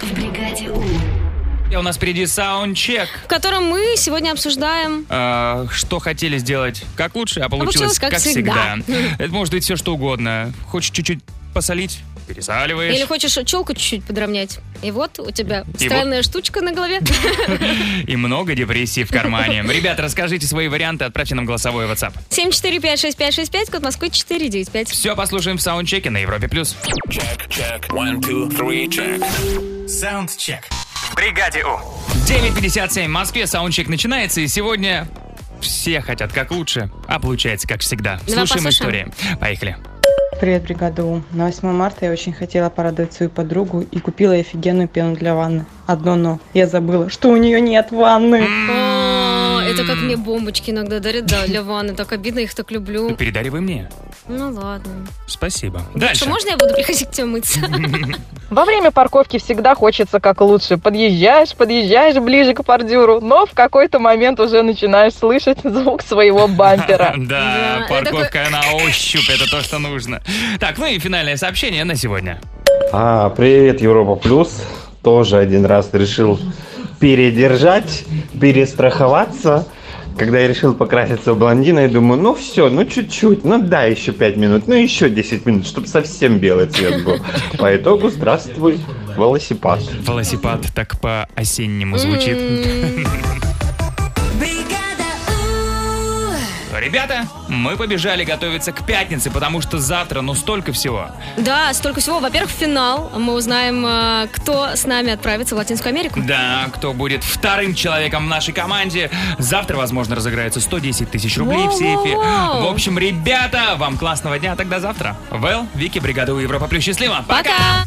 Speaker 9: В бригаде У.
Speaker 1: И у нас впереди саундчек.
Speaker 2: В котором мы сегодня обсуждаем...
Speaker 1: Э, что хотели сделать как лучше, а получилось,
Speaker 2: Получилось, как всегда.
Speaker 1: Это может быть все что угодно. Хочешь чуть-чуть посолить, пересаливаешь.
Speaker 2: Или хочешь челку чуть-чуть подровнять. И вот у тебя
Speaker 1: И
Speaker 2: странная штучка на голове.
Speaker 1: И много депрессии в кармане. Ребят, расскажите свои варианты, отправьте нам голосовой WhatsApp.
Speaker 2: 7456565, код Москвы 495.
Speaker 1: Все послушаем в саундчеке на Европе+. плюс.
Speaker 6: Чек, one, two, three, чек. Саундчек. В бригаде У.
Speaker 1: 9.57 в Москве, саундчек начинается, и сегодня все хотят как лучше, а получается как всегда.
Speaker 18: Давай
Speaker 1: Слушаем
Speaker 18: послушаем.
Speaker 1: истории. Поехали.
Speaker 18: Привет, бригаду. На 8 марта я очень хотела порадовать свою подругу и купила ей офигенную пену для ванны. Одно но. Я забыла, что у нее нет ванны.
Speaker 2: О, это как мне бомбочки иногда дарят, да, для ванны. Так обидно, их так люблю.
Speaker 1: Передаривай мне.
Speaker 2: Ну ладно.
Speaker 1: Спасибо.
Speaker 2: Что, можно я буду приходить к тебе мыться?
Speaker 19: Во время парковки всегда хочется как лучше. Подъезжаешь, подъезжаешь ближе к бордюру, но в какой-то момент уже начинаешь слышать звук своего бампера.
Speaker 1: Да,
Speaker 19: Да,
Speaker 1: парковка на ощупь, это то, что нужно. Так, ну и финальное сообщение на сегодня.
Speaker 20: А, привет, Европа Плюс. Тоже один раз решил передержать, перестраховаться. Когда я решил покраситься в блондина, я думаю, ну все, ну чуть-чуть, ну да, еще 5 минут, ну еще 10 минут, чтобы совсем белый цвет был. По итогу, здравствуй, велосипед.
Speaker 1: Велосипед так по-осеннему звучит. Ребята, мы побежали готовиться к пятнице, потому что завтра, ну столько всего.
Speaker 2: Да, столько всего. Во-первых, финал. Мы узнаем, э, кто с нами отправится в Латинскую Америку.
Speaker 1: Да, кто будет вторым человеком в нашей команде. Завтра, возможно, разыграются 110 тысяч рублей в сейфе.
Speaker 2: Вау-вау-вау.
Speaker 1: В общем, ребята, вам классного дня, а тогда завтра. Вэл, Вики, бригаду Европа Плюс. Счастливо! Пока!